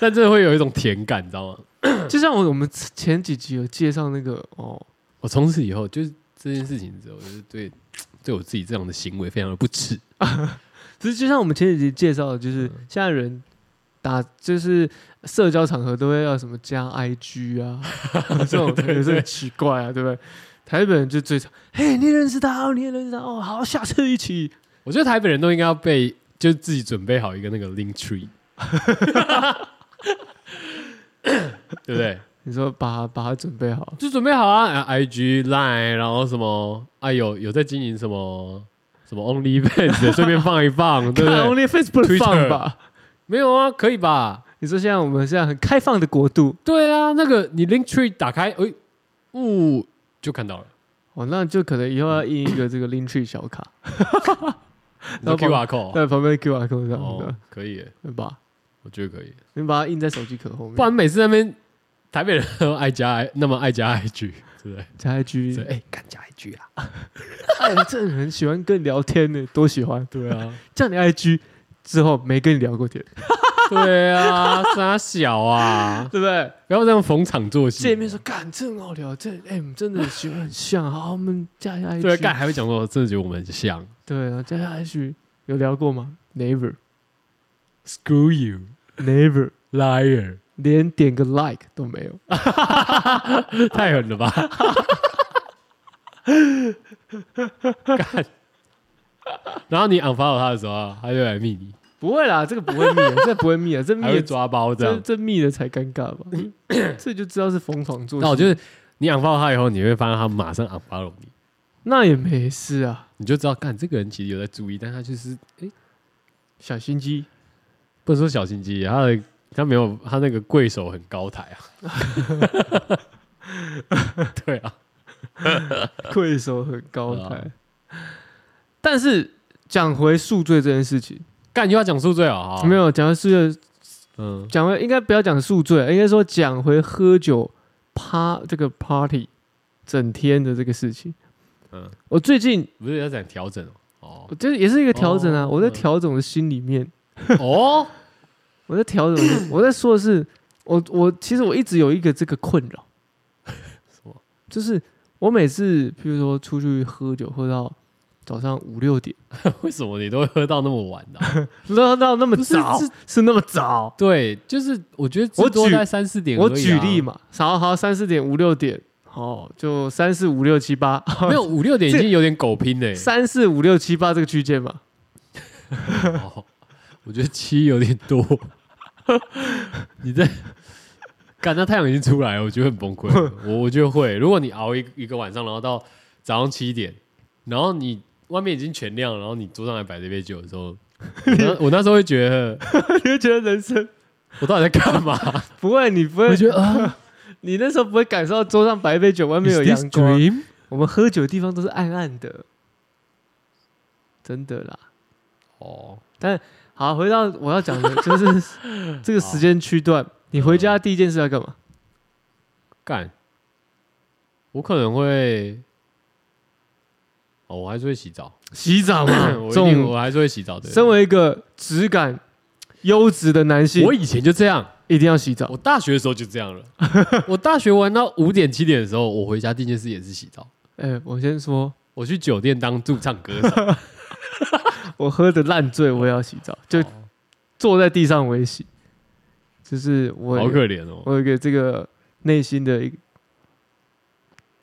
但这会有一种甜感，你知道吗？
就像我我们前几集有介绍那个哦，
我从此以后就是这件事情之后，我就是对对我自己这样的行为非常的不耻。
只是就像我们前几集介绍的，就是
嗯
现在人打就是社交场合都会要什么加 IG 啊，这种也是很奇怪啊，对不对？台北人就最常，嘿，你认识他哦，你也认识他哦，好，下次一起。
我觉得台北人都应该要被，就自己准备好一个那个 link tree，对不对？
你说把它把它准备好，
就准备好啊啊，IG、Line，然后什么啊，有有在经营什么什么 OnlyFans，的 顺便放一放，对不
看
对？
Only Face 不能
Twitter
放吧？
没有啊，可以吧？
你说现在我们现在很开放的国度，
对啊，那个你 link tree 打开，哎，呜、就看到了，
哦，那就可能以后要印一个这个 Link Tree 小卡，
那
然后帮
QR code
在旁边 QR code
啊
上
哦
的，，
可以耶，
对吧？
我觉得可以。
你把它印在手机壳后面，
不然每次那边台北人都爱加那么爱加 IG，对不对？
加 IG，
所以哎，敢加 IG 啊？
哎，这人很喜欢跟你聊天呢，多喜欢。
对啊，
叫你 IG 之后没跟你聊过天，
对啊，傻小啊，
对不对？
不要这样逢场作戏。
见面说干，真好聊，这哎，我们真的喜欢很像。好，我们加一下 IG，
对，干还会讲说，真的觉得我们很像。
对然后加一下 IG，有聊过吗？Never，Never，
Screw you, liar！
连点个 like 都没有。
太狠了吧！ 干。然后你 unfollow 他的时候啊，他就来密你，
不会啦，这个不会密的，这不会密啊的，这密
还会
的
抓包这
这
样。
这密的才尴尬吧？ 这就知道是疯狂做。
那我就是你 unfollow 他以后，你会发现他马上 unfollow 你，
那也没事啊，
你就知道，干这个人其实有在注意，但他就是
小心机。
不能说小心机，他的他没有他那个贵手很高抬啊。 对啊，
贵手很高
对
抬
啊。
但是讲回宿醉这件事情，
干又要讲宿醉啊？好
没，有讲回宿醉，
嗯，
讲回应该不要讲宿醉，啊应该说讲回喝酒趴这个 party 整天的这个事情。
嗯
我最近
不是要讲调整哦
我这也是一个调整啊，
哦
我在
嗯
调整我的心里面，
哦哦，
我在调整我的，我在说的是，我我其实我一直有一个这个困扰，
什么？
就是我每次譬如说出去喝酒，喝到早上五六点，
为什么你都会喝到那么晚的啊、
喝到那么
不是
早，
是
是那么早，
对，就是我觉得
我
至多
举
在三四点、啊
我举例
嘛，
嘛，好好三四点五六点，哦，就三四五六七八，
没有五六点已经有点狗拼嘞、
三四五六七八这个区间嘛，
哦，我觉得七有点多。 你在干，那太阳已经出来了，我觉得很崩 溃。我我觉得会，如果你熬一一个晚上，然后到早上七点，然后你外面已经全亮，然后你桌上还摆着一杯酒的时候，我那我那时候会觉得
你会觉得人生
我到底在干嘛？
不会，你不会
我，觉得啊，
你那时候不会感受到桌上白杯酒，外面有
is this
阳光。
dream？
我们喝酒的地方都是暗暗的，真的啦。
哦，
好，回到我要讲的，就是 这个时间区段，你回家第一件事要干嘛？
干，我可能会，哦，我还是会洗 澡，
洗澡 嘛。
我一
这
定
种
我还是会洗澡的。
身为一个质感优质的男性
我，以前就这样，
一定要洗澡
我。大学的时候就这样 了。我大学玩到五点七点的时候，我回家第一件事也是洗澡。
哎，我先说，
我去酒店当驻唱歌手，
我喝的烂醉，我也要洗澡，就
哦
坐在地上我也洗。就是我
好可怜哦。
我有一个这个内心的一个，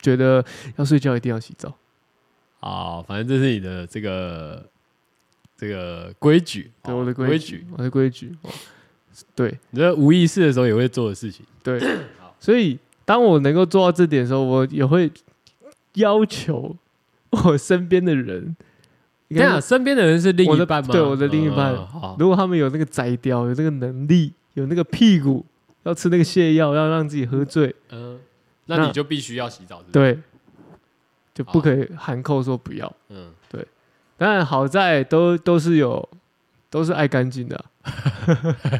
觉得要睡觉一定要洗澡。
好，反正这是你的这个这个规矩，
对
哦
我的规矩，，我的规矩。哦对
你这无意识的时候也会做的事情。
对，所以当我能够做到这点的时候，我也会要求我身边的人，应
对
该
啊，
是
身边的人是另
我
一
的
半吗？
对我的另一半
嗯好，
如果他们有那个摘雕，有这个能力，有那个屁股，要吃那个泻药，要让自己喝醉，
嗯，那你
那
就必须要洗澡，是不是，
对，就
好
不可以含扣说不要。
嗯，
但好在都都是有，都是爱干净 的啊、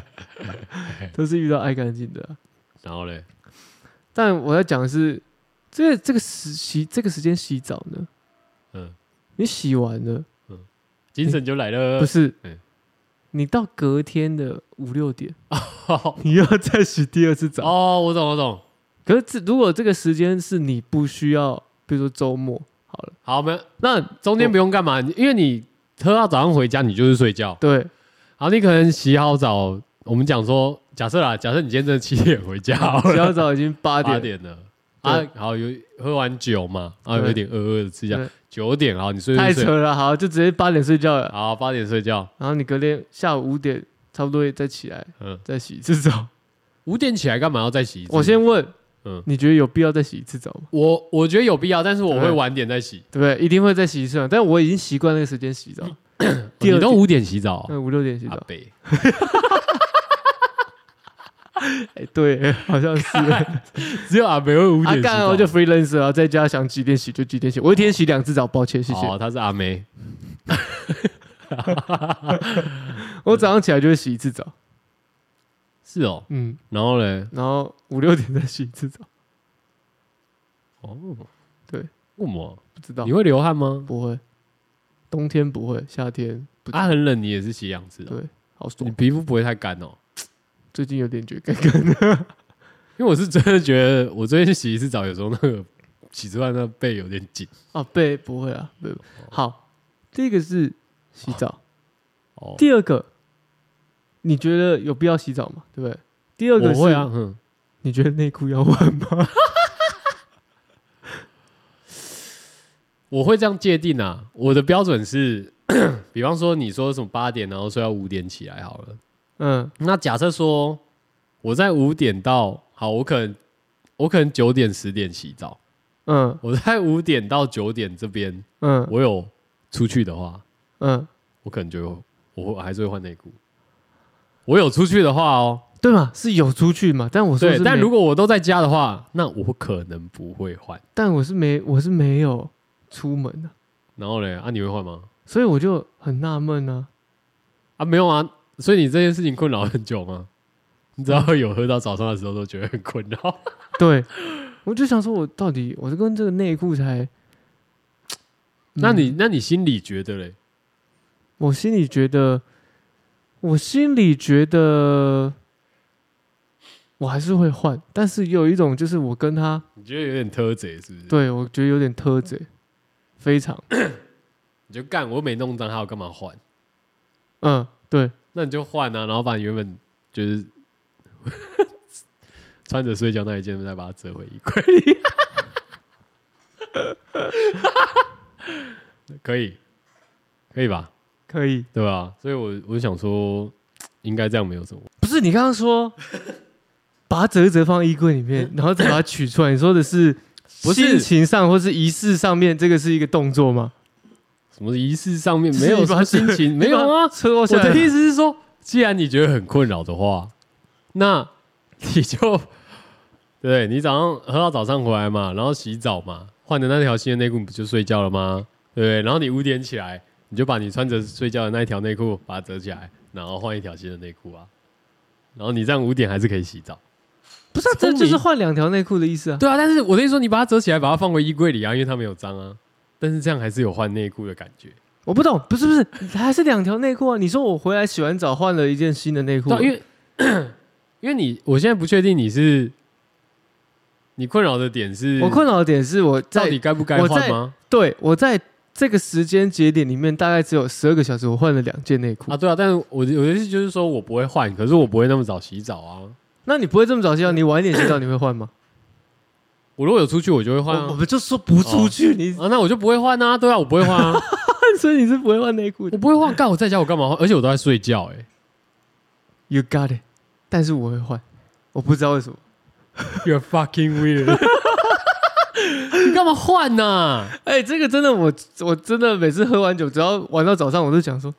都是遇到爱干净的啊、
然后嘞，
但我在讲的是，这个这个时洗这个时间洗澡呢，
嗯，
你洗完了
精神就来了，
不是
嗯？
你到隔天的五六点， 你又要再洗第二次 澡。
哦，我懂我懂，
可是这如果这个时间是你不需要，比如说周末好了，
好，我们
那
中间不用干嘛，你因为你喝到早上回家，你就是睡觉，
对
好，你可能洗好澡，我们讲说，假设啦，假设你今天真的七点回家好了，
洗好澡已经八
八
点，
点了。啊
对，
好，有喝完酒嘛，啊，
对
有点饿饿的吃一下
对，
九点好，你睡
太
睡
扯
睡，
了，好，就直接八点睡觉了。
好，八点睡觉，
然后你隔天下午五点差不多也再起来，
嗯，
再洗一次澡。
五点起来干嘛要再洗一次？
我先问，
嗯
你觉得有必要再洗一次澡吗？
我我觉得有必要，但是我
对
会晚点再洗。
对不对？一定会再洗一次嘛。但我已经习惯那个时间洗澡，
哦
第二
你都
点
五点洗澡哦，
嗯，五六点洗
阿
澡。
北，
哎，对， 好像 是。
只有阿北会五
啊
点洗，
干，
澡。
我就 freelancer 啊，在家想几点洗就几点洗。我一天洗两次澡，抱歉，谢谢。
哦，他是阿梅，
我早上起来就会洗一次澡，
是哦。
嗯，
然后嘞，
然后五六点再洗一次澡，
哦，
对，啊
为什么？
不知道
你会流汗吗？
不会，冬天不会，夏天不
啊，很冷，你也是洗两次哦，
对，好
你
爽。
皮肤不会太干哦。
最近有点觉得干干的，
因为我是真的觉得， 我最近洗一次澡，有时候那个洗出来那背有点紧
啊，背不会啊，背不好。第一个是洗澡，
哦。
第二个，你觉得有必要洗澡吗？对不对？第二个
我
是
会啊，，哼，
你觉得内裤要换 吗？
我会这样界定啊。我的标准是， 比方说你说什么八点，然后睡到五点起来好了。
嗯
那假设说我在五点到，好，我可能我可能九点十点洗澡，
嗯
我在五点到九点这边，
嗯
我有出去的话，
嗯，
我可能就我会还是会换内裤。我有出去的话哦，
对嘛，是有出去嘛？但我说
对，
是
但
没
如果我都在家的话，那我可能不会换。
但我是没我是没有出门的、
然后嘞，啊，你会换吗？
所以我就很纳闷啊。
啊，没有啊，所以你这件事情困扰很久吗？你只要有喝到早上的时候，都觉得很困扰。
对，我就想说，我到底我是跟这个内裤才……
那你
嗯
那你心里觉得嘞？
我心里觉得，我心里觉得，我还是会换，但是有一种就是我跟他。
你觉得有点偷贼是不是？
对，我觉得有点特贼，非常，
你就干，我又没弄脏，还要干嘛换？
嗯，对，
那你就换啊，然后把你原本就是 穿着睡觉那一件，再把它折回衣柜 里。可以，可以吧？
可以。
对吧？所以我我想说，应该这样没有什么。
不是你刚 刚说把它折一折放衣柜里面，然后再把它取出来，你说的是
不是
心情上或是仪式上面，这个是一个动作吗？
什么仪式上面
就是
没有
你
什
把
么
它
心 情，
你
没有啊
把它。车
我
下
的
来，
意思是说，既然你觉得很困扰的话，那你就 对你早上喝到早上回来嘛，然后洗澡嘛，换的那条新的内裤你不就睡觉了吗？对不对？然后你五点起来，你就把你穿着睡觉的那一条内裤把它折起来，然后换一条新的内裤啊，然后你这样五点还是可以洗澡。
不是、啊，这
聪明
就是换两条内裤的意思啊。
对啊，但是我的意思说，你把它折起来，把它放回衣柜里啊，因为它没有脏啊。但是这样还是有换内裤的感觉。
我不懂，不是不是，还是两条内裤啊？你说我回来洗完澡换了一件新的内裤
对、，啊，因为 因为你，我现在不确定你是你困扰的点是，
我困扰的点是我
到
在
底该不该
我
换
在
吗？
对我在这个时间节点里面大概只有十二个小时，我换了两件内裤。
啊，对啊，但是我的我的意思就是说我不会换，可是我不会那么早洗澡啊。
那你不会这么早洗澡？你晚一点洗澡你会换吗？
我如果有出去，我就会 换
我我
啊。
们就说不出去，你
啊，那我就不会换啊，对啊，我不会换啊，
所以你是不会换内裤的
我。不会换。干我在家我干嘛换？而且我都在睡觉、欸，
You got it，但是我会换，我不知道为什么。
You're fucking weird 。 你干嘛换啊呢、
哎、这个真的我，我真的每次喝完酒，只要玩到早上，我都想说，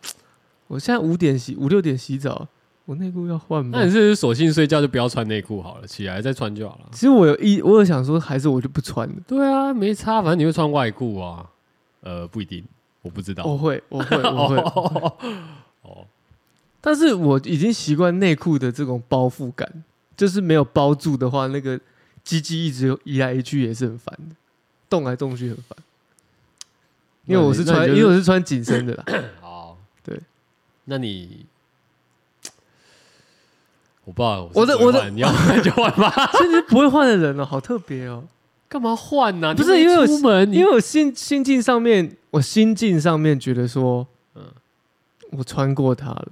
我现在五点洗，五六点洗澡，我内裤要换吗
那？你是不是索性睡觉就不要穿内裤好了，起来再穿就好了。
其实我有一，我有想说，还是我就不穿了。
对啊，没差，反正你会穿外裤啊。呃，不一定，我不知道。
我会，我会，我 会。
哦哦，
但是我已经习惯内裤的这种包覆感，就是没有包住的话，那个鸡鸡一直移来移去也是很烦的，动来动去很烦。因为我是
那
穿，
你
因
就是
为我是穿紧身的 啦。
好，
对。
那你，我不知道，
我
是
的
不会
我的
换你要换就换 吧，
所以你是不会换的人哦，好特别哦。
干嘛换呢？
不是
你
因为我
出门，你
因为我心心境上面，我心境上面觉得说，嗯
嗯，
我穿过它了，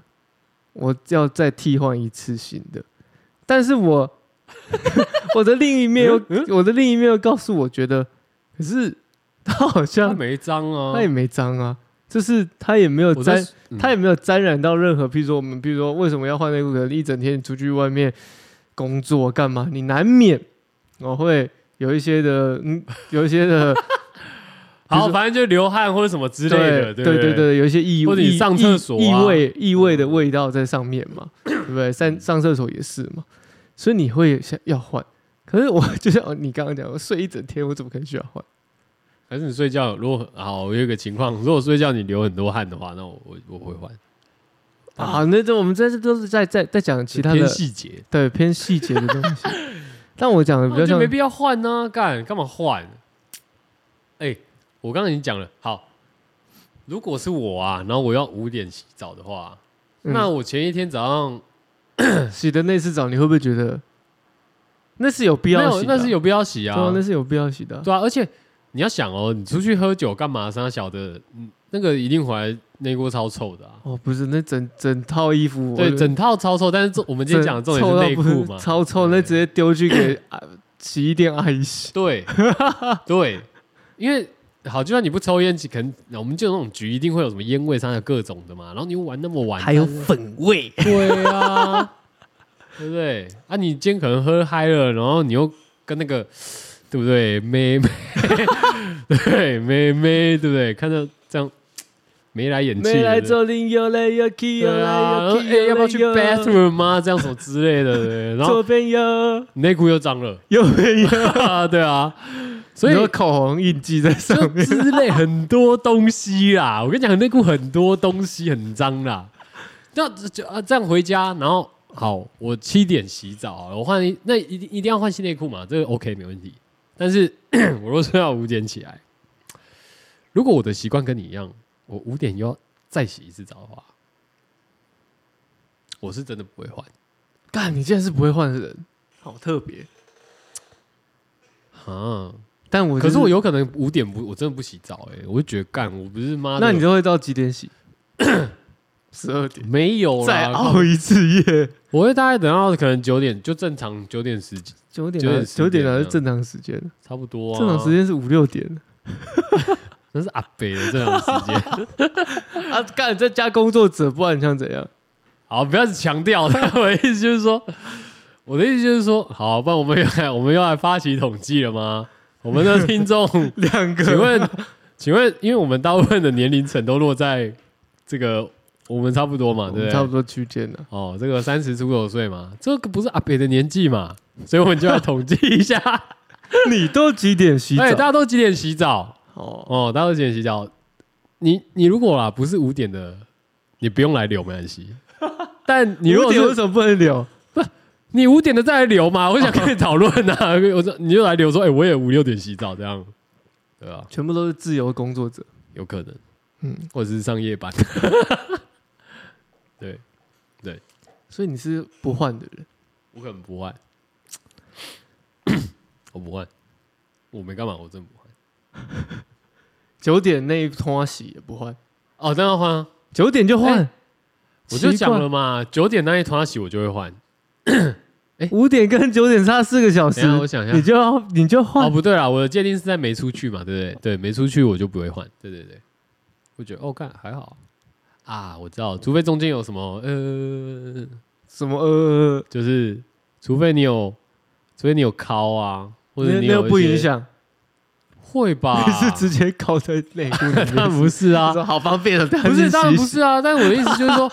我要再替换一次新的。但是我 我的另一面又、
嗯
我的另一面又告诉我觉得，可是它好
他
像
没脏啊，
它也没脏啊，就是它也没有
我在嗯
沾，它也没有沾染到任何，譬如说我们，譬如说为什么要换内裤？可能一整天你出去外面工作干嘛，你难免我会有一些的，嗯，有一些的比
好，
如说
反正就流汗或者什么之类的，
对
对不
对，对，有一些异
或者你上厕所啊
异异味异味的味道在上面嘛，对不对？上上厕所也是嘛，所以你会想要换。可是我就像你刚刚讲，我睡一整天，我怎么可能需要换？
还是你睡觉，如果好，我有一个情况，如果睡觉你流很多汗的话，那我我我会换
啊，那这我们这这都是在在在讲其他的
偏细节，
对偏细节的东 西，但我讲的比较
哦那就
像
没必要换呢、干干嘛换？哎、我刚刚已经讲了，好，如果是我啊，然后我要五点洗澡的话，
嗯
那我前一天早上
洗的那次澡，你会不会觉得那是有必
没
要
有
洗的啊？
那是有必要洗
对
啊，
啊，那是有必要洗的啊。
对啊，而且你要想哦，你出去喝酒干嘛？啥小的，嗯那个一定回来内锅超臭的啊。
哦，不是，那整整套衣服，
对，
我
整套超臭，但是这我们今天讲的重点
臭
是
到
内
不
裤嘛，
超臭，那
对
直接丢去给啊洗衣店阿姨洗。
对对，因为好，就算你不抽烟，可能我们就那种局一定会有什么烟味、啥的各种的嘛。然后你又玩那么晚，
粉味，
对啊，对不对？啊，你今天可能喝嗨了，然后你又跟那个对不对妹 妹，对妹妹，对不对？看到这样眉来眼去的，
没来做零又来又
对
去又
啊，然
来
后
又
哎、
去，
要不要去
又来又
bathroom 吗？这样什么之类的，对。然后
左边有，
你内裤又脏了。
右 边有，
啊， 对啊，所以
你说口红印记在上
就
面。
之类很多东西啦。我跟你讲，内裤很多东西很脏啦。那就啊，这样回家，然后好，我七点洗澡好了，我换一那一定一定要换新内裤嘛，这个 OK 没问题。但是 我若睡到五点起来，如果我的习惯跟你一样，我五点又要再洗一次澡的话，我是真的不会换
干，你竟然是不会换的人，好特别。
啊。
但我就
可是我，有可能五点不，我真的不洗澡哎、我就觉得干，我不是妈的。
那你都会到几点洗？ 十二点，
没有啦
再熬一次夜。
我会大概等到可能九点，就正常九点十几，九
九点
点
啊，九点
十点
啊
啊
是正常时间，
差不多啊。
正常时间是五六点。
那是阿北的正常时间。
啊，干在家工作者，不然你想怎样？
好，不要强调。但我的意思就是说，我的意思就是说，好，不然我们又来，我们又来发起统计了吗？我们的听 众，
两个，
请问，请问，因为我们大部分的年龄层都落在这个，我们差不多嘛，
我
对
们
不
差
对
不？多区间了。
哦，这个三十出头岁嘛，这个不是阿北的年纪嘛，所以我们就来统计一下，
你都几点洗
哎，大
澡？
家都几点洗澡？
哦，
哦，大家都几点洗澡？你你如果啦不是五点的，你不用来留没关系。但你如
五
果
点为
是
什么不能留？
你五点的再来留嘛，我想跟你讨论啊。我说你就来留说，哎、我也五六点洗澡这样，对啊，
全部都是自由工作者。
有可能，
嗯，
或者是上夜班。对，
所以你是不换的人。
我可能不换， 我不换，我没干嘛，我真的不换。
九点那一通洗也不换，
哦，当然换啊，
九点就换。
哎我就
奇怪
讲了嘛，九点那一团洗我就会换。
五点跟九点差四个小时
等一，下我想一下
你就要你就换、
哦，不对啦，我的界定是在没出去嘛，对不对？对，没出去我就不会换。对对对，我觉得哦，干还好啊，我知道，除非中间有什么呃，
什么呃，
就是除非你有，除非你有敲啊，或者
那
你
那
有
又不
一些
影，响，
会吧？
你是直接搞在内裤里 面。
当然不是啊
你，说好方便的，但
不是当然不
洗
是啊，但我的意思就是 说，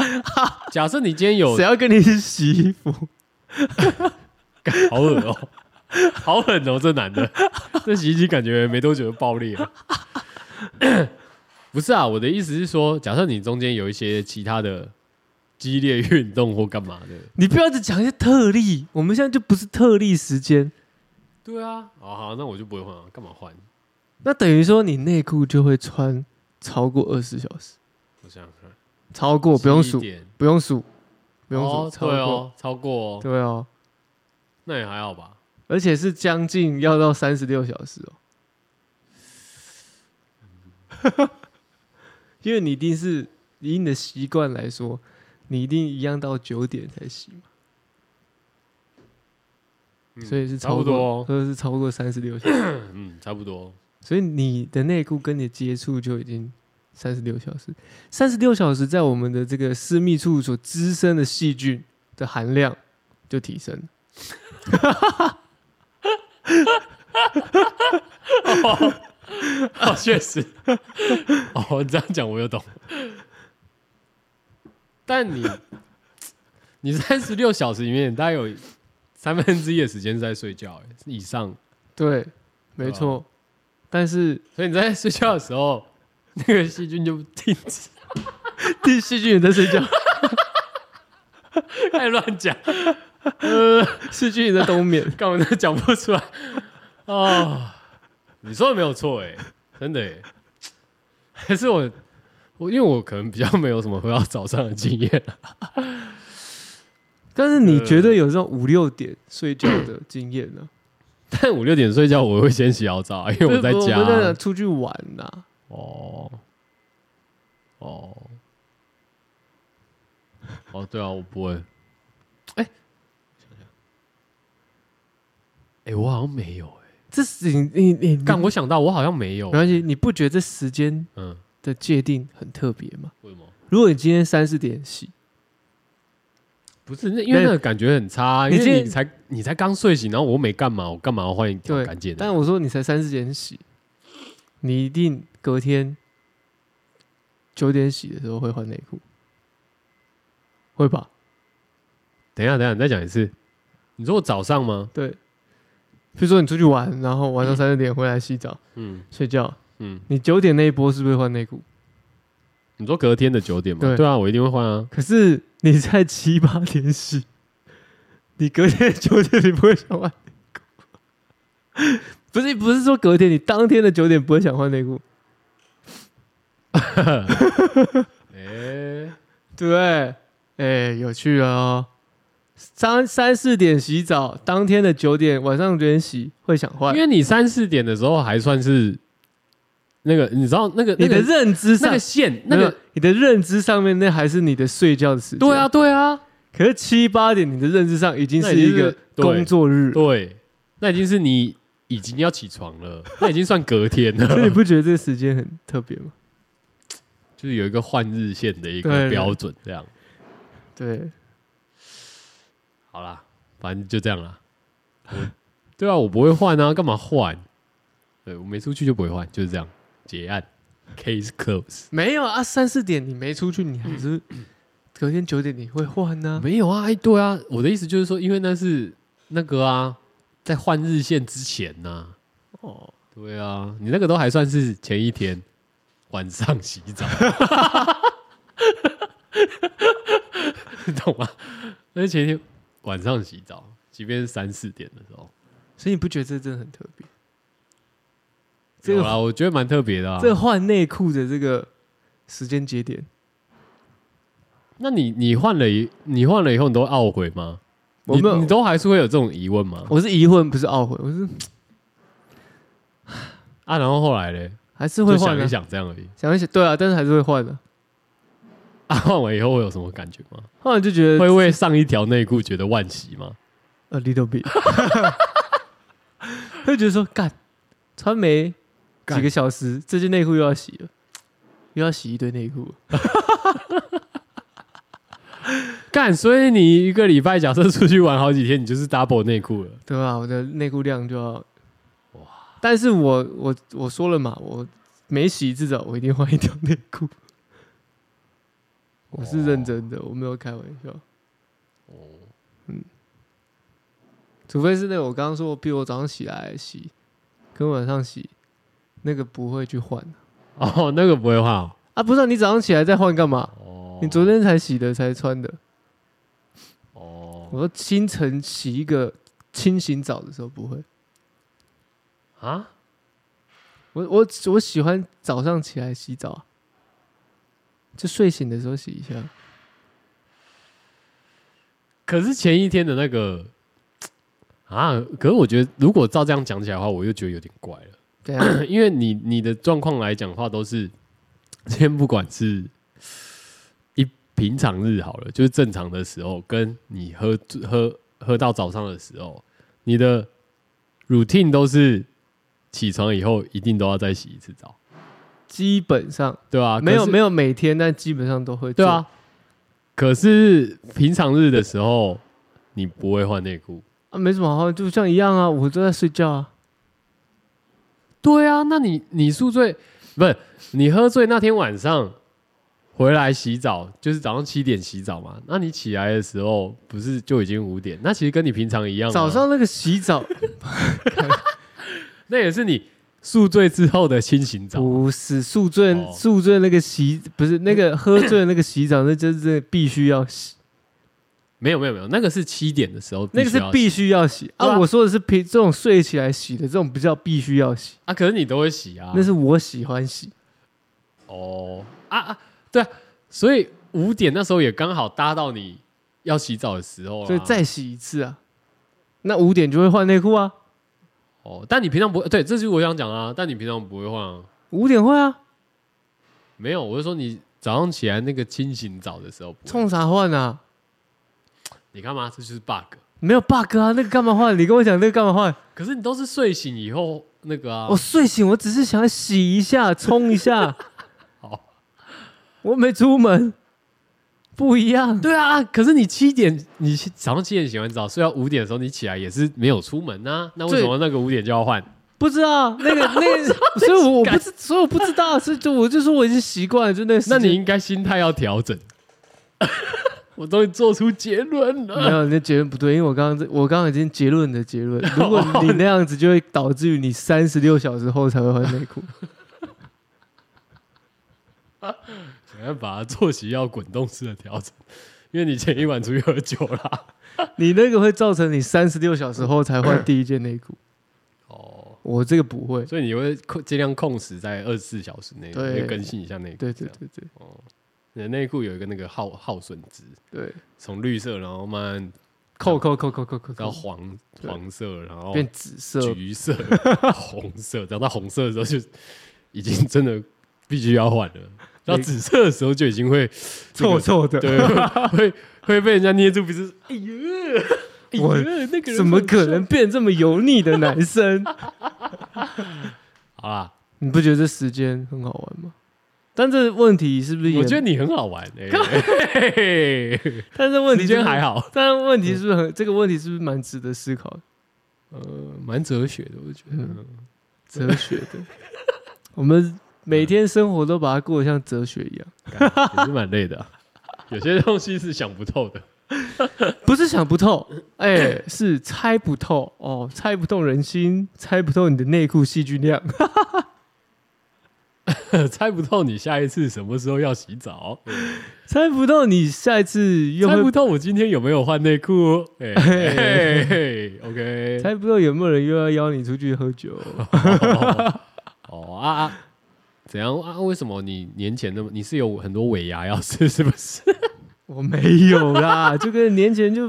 假设你今天有
谁要跟你洗衣服？
干好恶哦、好狠哦、这男的，这洗衣机感觉没多久就爆裂了。 不是啊，我的意思是说，假设你中间有一些其他的激烈运动或干嘛的，
你不要只讲一些特例，我们现在就不是特例时间，
对啊，好好，那我就不会换啊，干嘛换？
那等于说你内裤就会穿超过二十小时，
我想想看，
超过不用
11
数，
点
不用数，不用数，
哦，
超
对
过，
哦，超过哦，
对哦，
那也还好吧。
而且是将近要到三十六小时哦， 因为你一定是以你的习惯来说，你一定一样到九点才洗嘛，
嗯
所以是
差
超
不
过，
多哦，
所以是超过三十六小时，
嗯，差不多。
所以你的内裤跟你的接触就已经三十六小时，三十六小时在我们的这个私密处所滋生的细菌的含量就提升了，
哦，确实。哦，你这样讲我又懂。但你，你三十六小时里面，大概有三分之一的时间是在睡觉、欸以上，
对，没错，
啊
但是。
所以你在睡觉的时候，那个细菌就停止。
第细菌也在睡 觉，
太乱讲，
细菌也在冬眠。
干嘛都讲不出来。哦，你说的没有错，哎，真的、欸，还是我，我因为我可能比较没有什么喝到早上的经验，啊
但是你觉得有这种五六点睡觉的经验呢？
但五六点睡觉，我会先洗好澡啊， 因为我在
不是
家
我
啊。
们在出去玩啊呐、
哦，哦，哦，对啊，我不会。哎、哎、我好像没有哎、
这是你你你你
但
没
我想到我好像没有。
关系，你不觉得这时间
嗯，
的界定很特别吗？
为什么？
如果你今天三四点洗，
不是，那因为那个感觉很差，啊
你
因
今
为
天
你才你才刚睡醒，然后我没干嘛，我干嘛要换一条
对
干净的？
但我说你才三四点洗，你一定隔天九点洗的时候会换内裤，会吧？
等一下，等一下，你再讲一次。你说我早上吗？
对，比如说你出去玩，然后玩到三四点回来洗澡、
嗯
睡觉，
嗯，
你九点那一波是不是会换内裤？
你说隔天的九点吗？
对
对啊，我一定会换啊。
可是你在七八点洗，你隔天九点你不会想换内裤，不是不是说隔天你当天的九点不会想换内裤，
哎、
对不对？哎，有趣了哦。三三四点洗澡，当天的九点晚上九点洗会想换
因，为你三四点的时候还算是那个，你知道那个
你
那
的
个
认知
那
上
个线那个
没有你的认知上面那还是你的睡觉的时间，
对啊。对啊
可是七八点你的认知上已经
那已
是
经
一
是
个
对
工作日了，
对，那已经是你已经要起床 了，那已经算隔天
所以你
了，
不觉得这个时间很特别吗？
就是有一个换日线的一个
对
标准这样。
对，
好啦，反正就这样啦。我对啊，我不会换啊，干嘛换？对我没出去就不会换，就是这样。结案，case close。
没有啊，三四点你没出去，你还 是隔天九点你会换呢、
没有啊，哎，对啊，我的意思就是说，因为那是那个啊，在换日线之前呐、
哦，
对啊，你那个都还算是前一天，晚上洗澡， 你懂吗？那前一天晚上洗澡，即便是三四点的时候，
所以你不觉得这真的很特别？这个
有啦，我觉得蛮特别的啊。
这换内裤的这个时间节点，
那你你换了以你换了以后，你都会懊悔吗？
我
你
没有
你都还是会有这种疑问吗？
我是疑惑，不是懊悔，我是
啊，然后后来嘞，
还是会
就
换啊
想
的、
一想这样而已。
想一想，对啊，但是还是会换的、
啊，换完以后会有什么感觉吗？
后来就觉
会
得
为上一条内裤觉得惋惜吗？
a little bit，会觉得说干穿没几
干
个小时，这件内裤又要洗了，又要洗一堆内裤，
干，所以你一个礼拜假设出去玩好几天，你就是 double 内裤了。
对吧、我的内裤量就要哇，但是我我我说了嘛，我每洗至少我一定换一条内裤， 我是认真的，我没有开玩笑。嗯除非是那种我刚刚说，比如我早上起来洗，跟晚上洗，那个不会去换
哦，那个不会换哦。
啊。不是啊、你早上起来再换干嘛？
哦
你昨天才洗的，才穿的。
哦
我说清晨洗一个清醒澡的时候不会，
啊，
我我我喜欢早上起来洗澡啊，就睡醒的时候洗一下。
可是前一天的那个啊，可是我觉得如果照这样讲起来的话，我又觉得有点怪了。
对啊，
因为你你的状况来讲的话，都是先不管是一平常日好了，就是正常的时候，跟你喝喝喝到早上的时候，你的 routine 都是起床以后一定都要再洗一次澡，
基本上
对啊，
没有没
有，
有每天，但基本上都会。
对，啊。可是平常日的时候，你不会换内裤。
啊没什么好，就像一样啊，我都在睡觉啊。
对啊，那你你宿醉不是你喝醉那天晚上回来洗澡，就是早上七点洗澡嘛？那你起来的时候不是就已经五点？那其实跟你平常一样啊，
早上那个 洗澡
那也是你宿醉之后的清醒澡。
不是宿醉
哦，
宿醉那个洗不是那个喝醉的那个洗澡，那真是必须要洗，
没有没有没有，那个是七点的时候，
那个是
要洗
必须要洗
对
啊。
啊
我说的是平这种睡起来洗的，这种不叫必须要洗，
啊，可是你都会洗啊，
那是我喜欢洗。
哦啊啊，对啊，所以五点那时候也刚好搭到你要洗澡的时候啦
所以再洗一次啊。那五点就会换内裤啊，
哦，但你平常不对，这就是我想讲啊，但你平常不会换啊。
五点会啊，
没有，我是说你早上起来那个清醒澡的时候不会，
冲啥换啊？
你看嘛，这就是 bug。
没有 bug 啊，那个干嘛换？你跟我讲那个干嘛换？
可是你都是睡醒以后那个啊，
我睡醒，我只是想洗 一下，冲一下。
好，
我没出门，不一样。
对啊，可是你七点，你早上七点洗完澡，睡到五点的时候你起来也是没有出门啊，那为什么那个五点就要换？
不知道啊那个 那个，所以我我不知，所以我不知道，是就我就说我已经习惯了，就那个时
那
间
你应该心态要调整。 我终于做出结论
没
了。
有，你的结论不对，因为我刚刚这我刚刚已经结论的结 论，如果你那样子，就会导致于你三十六小时后才会换 内裤。
想要把作息要滚动式的调整，因为你前一晚出去喝酒啦。
你那个会造成你三十六小时后才 换第一件内裤，
哦，
我这个不会。
所以你会控尽量控时在二十四小时内，你
对
会更新一下内裤。
对
这
对
样
对对
你的内裤有一个那个耗耗损值，
对，
从绿色，然后慢慢
扣扣扣扣扣扣
到
扣，
黄
嗯对
黄色，然后
变紫色。
橘 色、红色，然后到红色的时候就已经真的必须要换了。到
没
紫色的时候就已经会
臭
这
臭的，
个对，会会被人家捏住鼻子。哎 呦，哎呦
我，
那个人
怎么
很
可
帅
能？变这么油腻的男生？
好啦，
你不觉得这时间很好玩吗？但这问题是不是也？
我觉得你很好玩 哎，嘿嘿嘿
但这 问题
时间
是不是
还。好，嗯
但问题是不是很？这个问题是不是蛮值得思考的、
呃，蛮哲学的，我觉得。
嗯哲学的？ 我们
嗯
每天生活都把它过得像哲学一样，
干也是蛮累的啊、有些东西是想不透的。
不是想不透，哎、是猜不透哦，猜不透人心，猜不透你的内裤细菌量。
的猜不透你下一次什么时候要洗澡，
猜不到你下一次又
猜不
会
透我今天有没有换内裤。哎、嘿嘿嘿 o k
猜不到有没有人又要邀你出去 喝酒，
哦哦啊啊，怎样啊？为什么你年前那么你是有很多尾牙要吃是不是？
我没有啦， 就跟年前就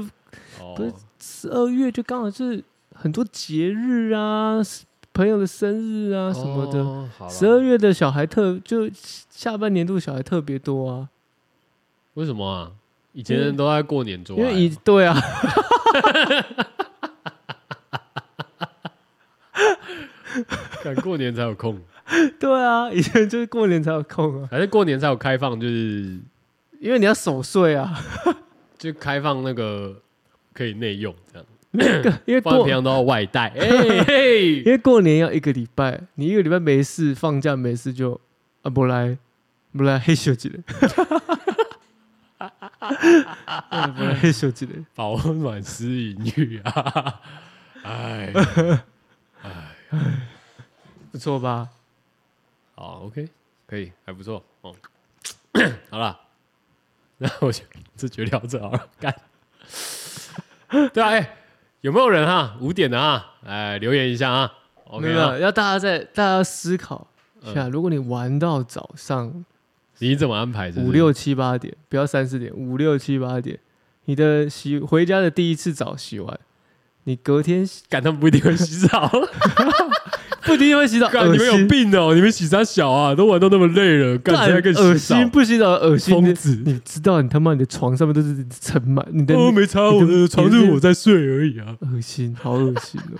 哦
不是十二月就刚好是很多节日啊，朋友的生日啊什么的。
哦好啦
十二月的小孩特就下半年度小孩特别多啊，
为什么啊？以前人都在过年做
因
爱嘛，
为以对啊，
赶过年才有空，
对啊，以前就是过年才有空啊，
还是过年才有开放，就是
因为你要守岁啊，
就开放那个可以内用这样，
因为
不然
过
平常都要外带。哎嘿
因为过年要一个礼拜，你一个礼拜没事，放假没事就啊不来不来嘿咻几嘞， 啊不来嘿咻几嘞，
保暖思淫欲啊！ 哎，
不错吧？
好，OK，可以，还不错哦。 好了，那我就这就聊这好了，干。 对啊，哎、有没有人哈？五点的啊，哎，留言一下啊。
没
OK 啊
有，，要大家在大家思考一下，
嗯
如果你玩到早上
你怎么安排是不是？
五六七八点，不要三四点，五六七八点，你的洗回家的第一次澡洗完，你隔天洗
干，他们不一定会洗澡。
不一定会洗澡，
干，
恶
你们有
心
病哦！你们洗啥小啊？都玩到那么累了，干
干
才还更
恶
洗
心，
澡？
不洗澡恶心
疯
的。
子！
你知道你他妈你的床上面都是尘螨，你的
哦，没差，我的床是我在睡而已啊。
恶心，好恶心 哦，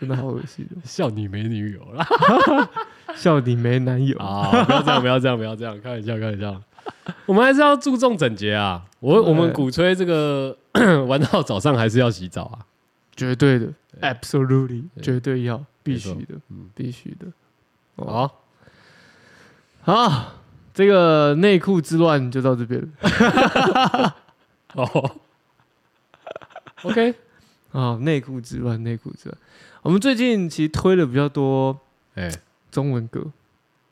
真的好恶心哦！
笑你没女友啦！
笑你没男友，
啊，不要这样，不要这样，不要这样，开玩笑，开玩笑。 我们还是要注重整洁啊！我我们鼓吹这个 玩到早上还是要洗澡啊！
绝对的，absolutely，
对
绝对要，必须
没
的
嗯，
必须的。哦，
好，
好，这个内裤之乱就到这边了
哦，OK，
啊，内裤之乱，内裤之乱。我们最近其实推了比较多
哎，
中文歌，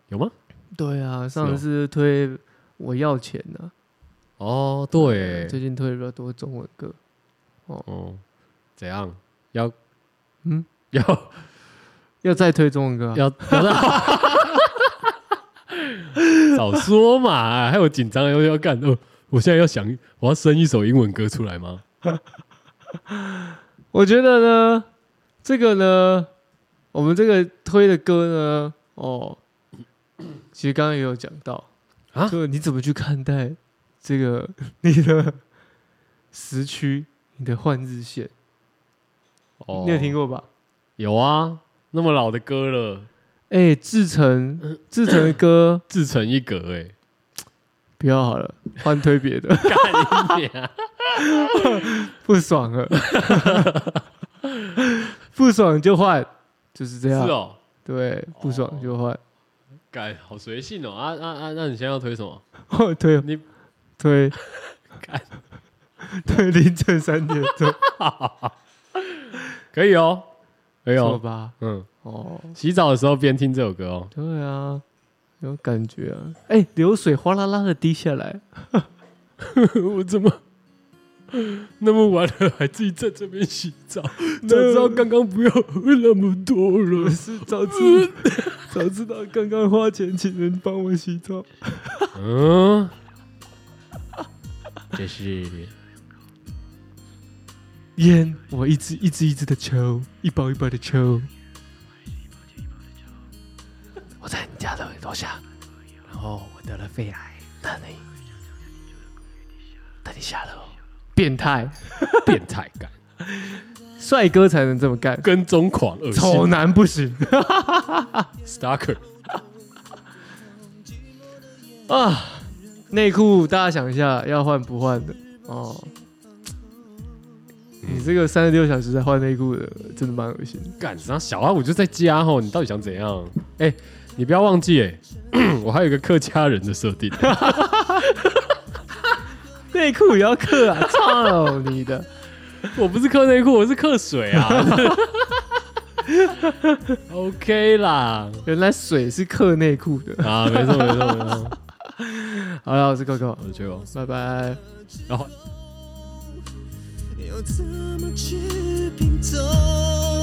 有吗？
对啊，
哦
上次推我要钱呐、
哦，对，
最近推了比较多中文歌，
哦，怎样？要，嗯
嗯，
要
要再推中文歌啊、
要要到， 早说嘛！还有紧张又要干哦，我现在要想，我要生一首英文歌出来吗？
我觉得呢，这个呢，我们这个推的歌呢，哦，其实刚刚也有讲到
啊
就你怎么去看待这个 你的时区、你的换日线，
哦
你有听？过吧？
有啊，那么老的歌了，
哎、志 成，志成的歌
自成一格哎、
不要好了，换推别的，
干你娘！
不爽 了，不爽就换，就是这
是
样，
哦，
对，不爽就换，
干好随性哦啊啊啊！那你现在要推什么？
推
你
推
干，
对凌晨三点钟，
可以哦，可以
错
哦，
吧？
嗯，
哦，
洗澡的时候边听这首歌哦。
对啊，有感觉啊！哎，流水哗啦啦的滴下来，
我怎么 那么晚了还自己在这边洗 澡？早知道刚刚不要喝那么多
不
了。
是早 知早知道刚刚花钱请人帮我洗澡，
嗯，这是
烟我一支一支一支的抽，一包一包的抽。我在你家的楼下，然后哦我得了肺癌，等你，等你下楼。变态，
变态感，
帅哥才能这么干，
跟踪狂，恶
丑
心
男不行。
，stalker。
啊， 内裤大家想一下，要换不换的哦。你这个三十六小时才换内裤的，真的蛮恶心的。
干啥小啊？我就在家吼，你到底想怎样？哎、你不要忘记哎、 我还有一个客家人的设定，
内裤也要克啊！ 操你的！
我不是客内裤，我是客水啊。 OK 啦，
原来水是克内裤的。
啊，没错没错没错，
好了，我是 Coco，
我觉得
拜拜。
然后
又怎么去拼凑？